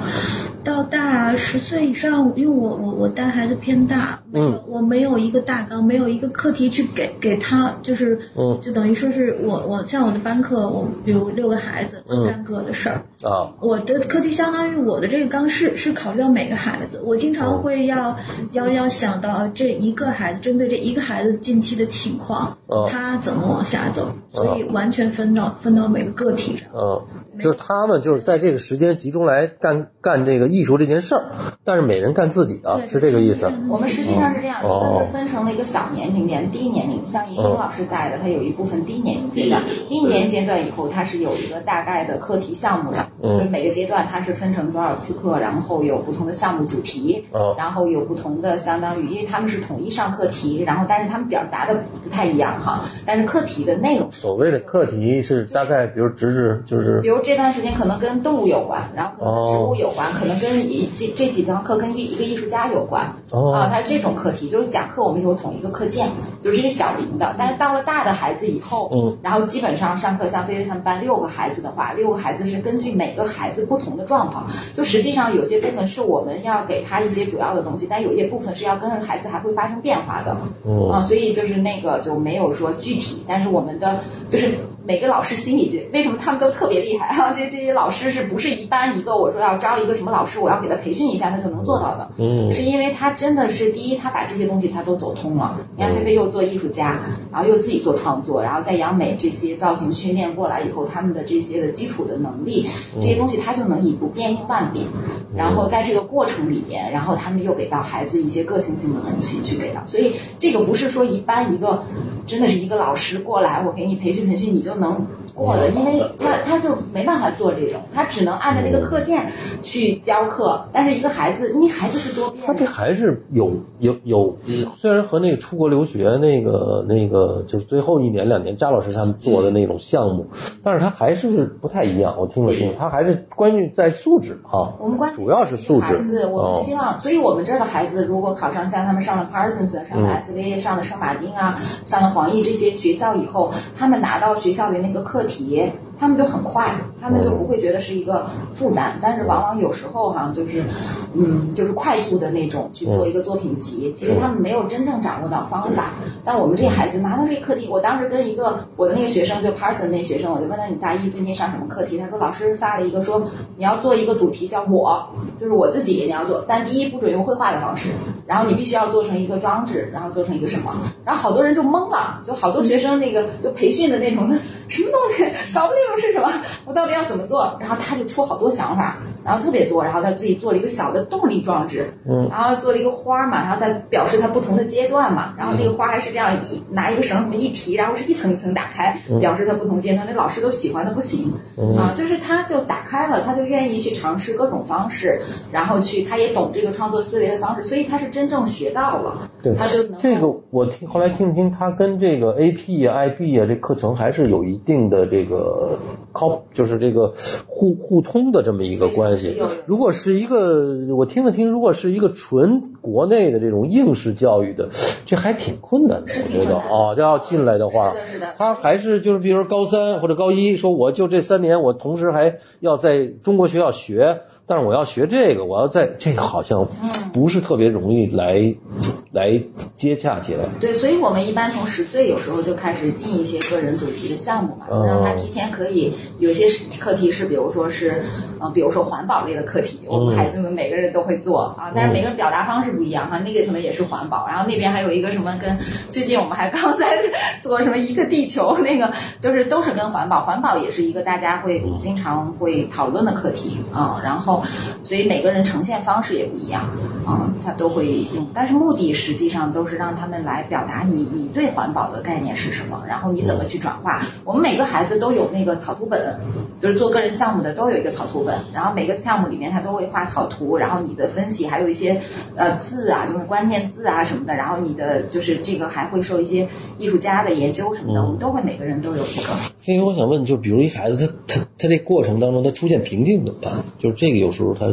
到大十岁以上，因为我我我带孩子偏大，没有
嗯
我没有一个大纲，没有一个课题去给给他，就是，
嗯
就等于说是我我像我的班课，我有六个孩子，
嗯
干各的事儿，
啊，
我的课题相当于我的这个纲是是考虑到每个孩子，我经
哦
常会要、要要想到这一个孩子，针对这一个孩子近期的情况，
哦
他怎么往下走，所以完全分到分到每个个体上。
嗯，就是他们就是在这个时间集中来干干这个艺术这件事儿，但是每人干自己的，
对
是这个意思。
我们实际上是这样，一
哦
个是分成了一个小年龄年、低年龄，像莹莹老师带的，他有一部分低年龄阶段，
嗯
低年龄阶段以后，它是有一个大概的课题项目的，
嗯
就是每个阶段它是分成多少次课，然后有不同的项目主题，
哦
然后有不同的相当于，因为他们是统一上课题，然后但是他们表达的不太一样哈，但是课题的内容是
所谓的课题是大概，比如直至就是
比如这段时间可能跟动物有关，然后可能跟
哦
植物有关，可能跟一这这几堂课跟一一个艺术家有关。
哦
啊，它这种课题就是讲课，我们有统一个课件，就是这是小龄的。但是到了大的孩子以后，
嗯，
然后基本上上课，像菲菲他们班六个孩子的话，六个孩子是根据每个孩子不同的状况，就实际上有些部分是我们要给他一些主要的东西，但有一些部分是要跟着孩子还会发生变化的。
嗯
啊，所以就是那个就没有说具体，但是我们的就是每个老师心里为什么他们都特别厉害啊？这这些老师是不是一般一个我说要招一个什么老师，我要给他培训一下，他就能做到的？
嗯
是因为他真的是第一，他把这些东西他都走通了。你看菲菲又做艺术家，然后又自己做创作，然后在央美这些造型训练过来以后，他们的这些的基础的能力，这些东西他就能以不变应万变。然后在这个过程里边，然后他们又给到孩子一些个性性的东西去给到，所以这个不是说一般一个，真的是一个老师过来，我给你培训培训，你就能过了，因为他他就没办法做这种，他只能按照那个课件去教课。但是一个孩子，因为孩子是多变
他这
的，
还是有有有，嗯虽然和那个出国留学那个那个就是最后一年两年扎老师他们做的那种项目，但是他还是不太一样。我听了听，他还是关于在素质啊，
我们关
主要是素质
孩子，我们
哦
希望，所以我们这儿的孩子如果考上像他们上了 Parsons、上啊
嗯
了 SVA、上了圣马丁啊、上了黄奕这些学校以后，他们拿到学校的那个课题，他们就很快，他们就不会觉得是一个负担。但是往往有时候哈、就是，嗯，就是快速的那种去做一个作品集，其实他们没有真正掌握到方法。但我们这孩子拿到这课题，我当时跟一个我的那个学生，就 Parson 那学生，我就问他你大一最近上什么课题？他说老师发了一个说你要做一个主题叫我，就是我自己你要做，但第一不准用绘画的方式，然后你必须要做成一个装置，然后做成一个什么，然后好多人就懵了，就好多学生那个就培训的那种，什么东西搞不清楚是什么，我到底要怎么做？然后他就出好多想法，然后特别多，然后他自己做了一个小的动力装置，
嗯
然后做了一个花儿嘛，然后再表示它不同的阶段嘛，然后那个花还是这样一拿一个绳儿什么一提，然后是一层一层打开，表示它不同阶段。那老师都喜欢的不行啊，就是他就打开了，他就愿意去尝试各种方式，然后去他也懂这个创作思维的方式，所以他是真正学到了，
对
他就能够
这个我听后来听了听，它跟这个 AP 啊、IB 啊这课程还是有一定的这个 cop，就是这个互互通的这么一个关系
对有有。
如果是一个我听了听，如果是一个纯国内的这种应试教育的，这还挺困难的，
是
我
挺
觉得
困难的
啊，这要进来的话，
是的是的
他还是就是比如说高三或者高一，说我就这三年，我同时还要在中国学校学。但是我要学这个，我要在这个好像不是特别容易来、来接洽起来。
对，所以我们一般从十岁有时候就开始进一些个人主题的项目嘛，
哦
就让他提前可以有些是课题是，比如说是，呃，比如说环保类的课题，我们孩子们每个人都会做啊，但是每个人表达方式不一样哈、那个可能也是环保，然后那边还有一个什么跟最近我们还刚在做什么一个地球那个，就是都是跟环保，环保也是一个大家会经常会讨论的课题啊，然后所以每个人呈现方式也不一样啊，他都会用，但是目的实际上都是让他们来表达你你对环保的概念是什么，然后你
嗯
怎么去转化。我们每个孩子都有那个草图本，就是做个人项目的都有一个草图本，然后每个项目里面他都会画草图，然后你的分析还有一些呃字啊，就是关键字啊什么的，然后你的就是这个还会受一些艺术家的研究什么的，
嗯
我们都会每个人都有一个。
所以我想问，就比如一孩子，他他他这过程当中，他出现瓶颈怎么办？就是这个有时候他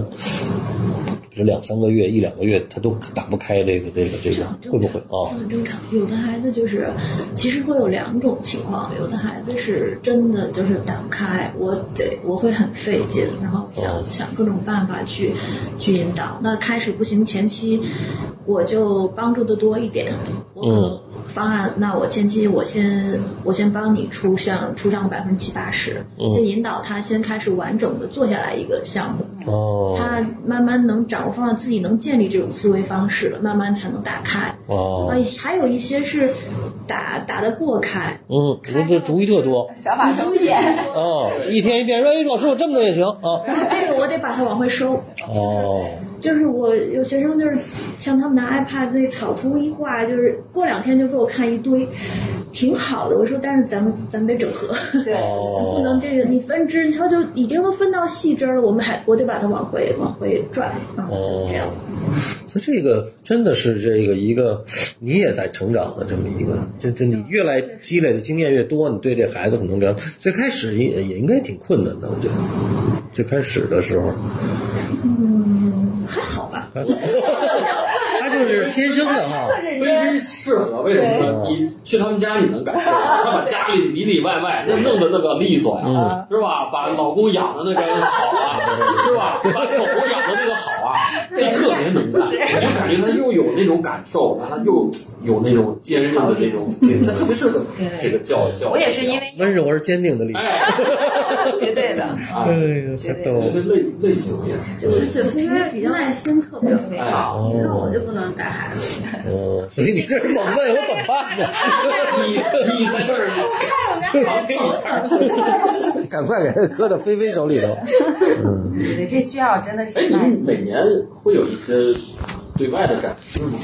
这两三个月、一两个月，他都打不开这个这个这
这
个
很，正
会不会
常
啊
这？很正常。有的孩子就是，其实会有两种情况，有的孩子是真的就是打不开，我得我会很费劲，然后想、
哦
想各种办法去去引导。那开始不行，前期我就帮助的多一点，我可
嗯
能方案，那我前期我先我先帮你出项出上百分之七八十，
嗯
先引导他先开始完整的做下来一个项目，
哦
他慢慢能掌握方法，自己能建立这种思维方式了，慢慢才能打开。
哦
啊，，还有一些是打打得过开，
嗯，这这主意特多
想法周延。
哦，一天一变说，哎，老师我这么着也行啊。
这个我得把它往回收。
哦，
就是我有学生就是像他们拿 iPad 那草图一画，就是过两天就给我看一堆，挺好的。我说，但是咱们咱们得整合，
对，
哦，
不能这个你分支，它就已经都分到细枝了，我们还我得把它往回往回转，啊，
哦
就这样。
所以这个真的是这个一个，你也在成长的这么一个，这这你越来积累的经验越多，你对这孩子可能了解。最开始也也应该挺困难的，我觉得。最开始的时候，
嗯，还好吧。
他就是天生的哈。
非常适合，为什么呢？你去他们家你能感受到，他把家里里里外外那弄得那个利索呀，是吧？把老公养的那个好啊，是吧？把狗狗养的那个好啊，这特别能干，我就感觉他又有那种感受，完了又有那种坚韧的这种，对他特别适合这个教育教育。
我也是因为
温柔而坚定的力量。
哎，
绝对的，
哎
哎，呀，太逗
我觉得
了！
类类型也是，
而且因为耐心特别
嗯
特别好，
哦
你看我就不能带孩子，
嗯，所以你这是猛问我怎么办呢？
你哎你在这儿
我
给你钱儿。
赶快给他搁到菲菲手里头。嗯，
觉得这需要真的
哎，
是
你
耐
们
心。
每年会有一些对外的展示吗？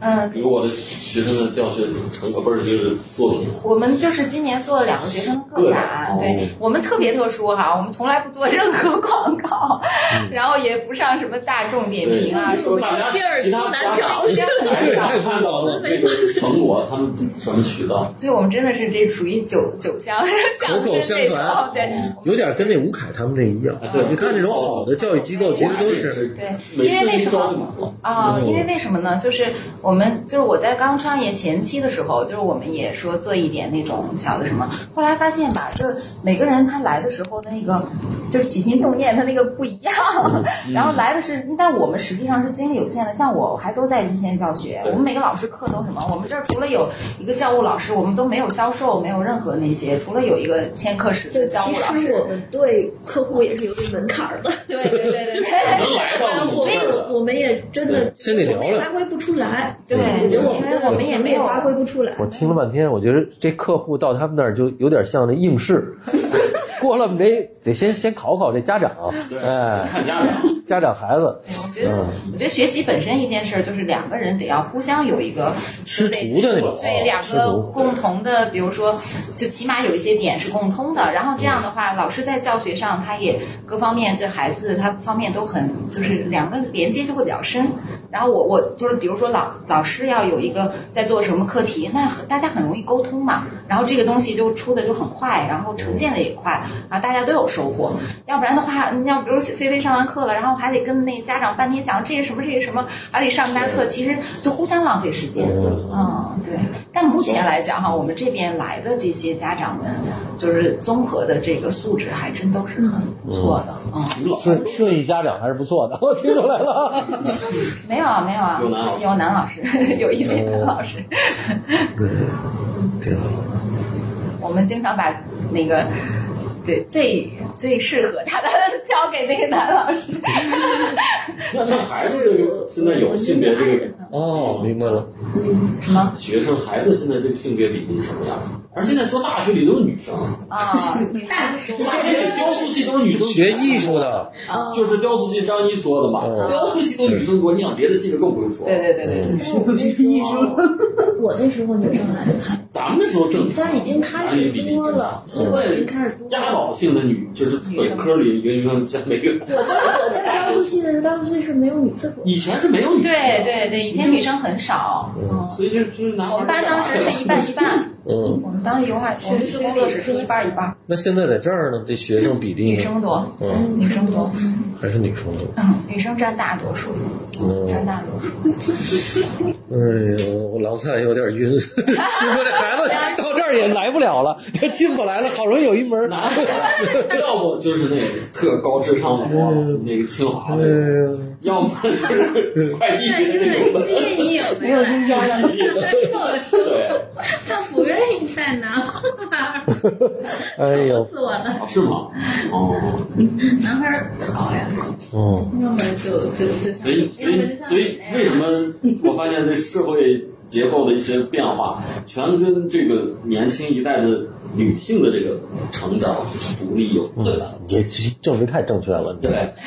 嗯，
比如我的学生的教学成果，不是就是作品，
我们就是今年做了两个学生个
个
展，
展哦
对我们特别特殊哈，我们从来不做任何广告， 然后也不上什么大众点
嗯对，
评啊，
就是说大家
地儿
其他
都难找
家长还是想看到的这个成果，他们什么渠 道？
所以我们真的是这属于酒酒香
口口相
这种
传
对。
哦
有点跟那吴凯他们这一样
啊。对
你看那种好的教育机构，其实都是
是
对
每
因为为
次一
什么
招就满了。
啊、
嗯
因为为什么呢？就是我们就是我在刚创业前期的时候，就是我们也说做一点那种小的什么，后来发现吧，就是每个人他来的时候的那个就是起心动念，他那个不一样。 然后来的是，但我们实际上是精力有限的，像我还都在一线教学，
对
我们每个老师课都什么，我们这儿除了有一个教务老师，我们都没有销售，没有任何那些，除了有一个签课时
就
的教务
其
老
实我
师。
们对客户也是有点门槛儿的。
对对对对对。
能来到你
所以
这儿的，
我们也真的
先得聊聊
发挥不出来。
对
我觉得我们
因为我们也没有
发挥不出来。
我听了半天，我觉得这客户到他们那儿就有点像那应 试，过了没得先先考考这家长，
对
哎，
看家长。
家长孩子
对哎我觉得，
嗯
我觉得学习本身一件事儿，就是两个人得要互相有一个
师徒的那种，啊
对两
师
个
徒，
共同的，比如说，就起码有一些点是共通的。然后这样的话，老师在教学上，他也各方面对孩子他方面都很，就是两个连接就会比较深。然后我我就是比如说老老师要有一个在做什么课题，那很大家很容易沟通嘛。然后这个东西就出的就很快，然后呈现的也快，啊，大家都有收获。要不然的话，你要比如菲菲上完课了，然后还得跟那家长半天讲这个什么这个什么，还得上单课，其实就互相浪费时间。嗯，对。但目前来讲哈，我们这边来的这些家长们，就是综合的这个素质还真都是很不错的。嗯，
你们老师
顺顺义家长还是不错的，我听出来了。
没有啊，没有啊，
有男老师
有男老师， 有一位男老师。
对，挺好。
我们经常把那个。对，最最适合他的交给那个男老 师。
那那孩子这个现在有性别这个
哦，明白了。
什么
学生孩子现在这个性别比例是什么样？而现在说大学里都是女生，
啊？
大学里雕 塑系都是女生，
学艺术的，
哦
就是雕塑系张一说的嘛，雕塑系都女生多，你想别的系就更不用说。
对对对对对。
但我那时候，我那时候女生来的看，
咱们那时候正常，
但是已经开始多了，所以
现
我
在
已经开始多
压
了。
倒性的女就是本科里一个女生占每个，
我在我在高中系的时候，高中系是没有女厕所的。
以前是没有女生的
对，对对，以前女生很少，
所以就是就是男孩
我们班当时是一半一半，
嗯，
我们当时油画我们四工作室是一半一半，
那现在在这儿呢，这学生比例
女
呢
生多，
嗯，
女生多，
还是女生多。
嗯，哦女生占大多数，占
嗯，
大多数。
哎呦，我老蔡有点晕， 是不是这孩子到这儿也来不了了，进不来了，好容易有一门儿。
拿回来，要不就是那个特高智商的我那个清华
哎
的，
呦
要么就是快递
对，就是
员这种
今
的。
天你 也没有来，
对，
他不愿意再拿画，
哎呦，
死我了。
哦，是吗？哦，
男孩儿好呀，
嗯，
要么就就就
所以所以所以为什么我发现这社会结构的一些变化，全跟这个年轻一代的女性的这个成长独立有特别大的关系。
也政治太正确了，你
对，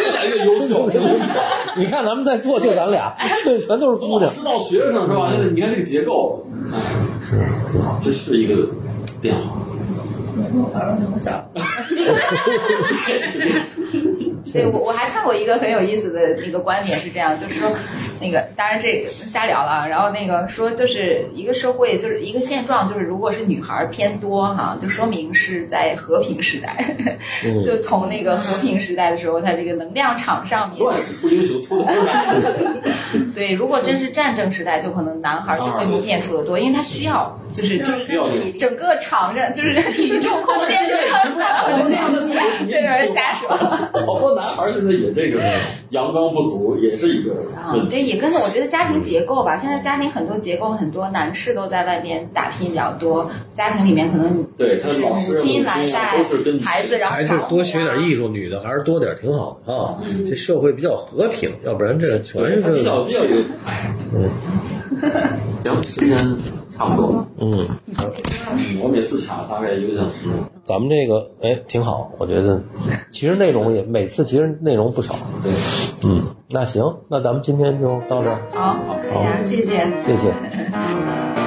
越来越优秀，真的。
你看咱们在座就咱俩，这全都是
从
姑
老
娘。
师到学生是吧？你看这个结构，是，这是一个变化。
对我我还看过一个很有意思的那个观点是这样，就是说，那个当然这个瞎聊了啊，然后那个说就是一个社会就是一个现状，就是如果是女孩儿偏多哈、就说明是在和平时代， 就从那个和平时代的时候，它这个能量场上面，
乱世出英雄，出的都是男人。
对，如果真是战争时代，就可能男孩儿就会明显出的多，因为他需要就是就是
需要你
整个场上就是 宇宙空间就
现在是不是好多男的
对，有人瞎说。
好多男孩现在也这个阳刚不足，也是一个
啊
问，题。
这也跟我觉得家
嗯
庭结构吧，现在家庭很多结构，很多男士都在外边打拼比较多，家庭里面可能
对
就
他
是
老师啊
母亲
母亲
来带
都是跟
孩子，然后
还是多学点
术。
艺术，女的还是多点儿挺好的啊。这社会比较和平，要不然这全
对，
是
他比较比较有，哎，行，时间差不多了。
嗯，
我每次卡大概一个小时，
咱们这个哎挺好，我觉得其实内容也每次其实内容不少。
对，
嗯，那行，那咱们今天就到这儿，
好，好，谢谢，
谢谢。
嗯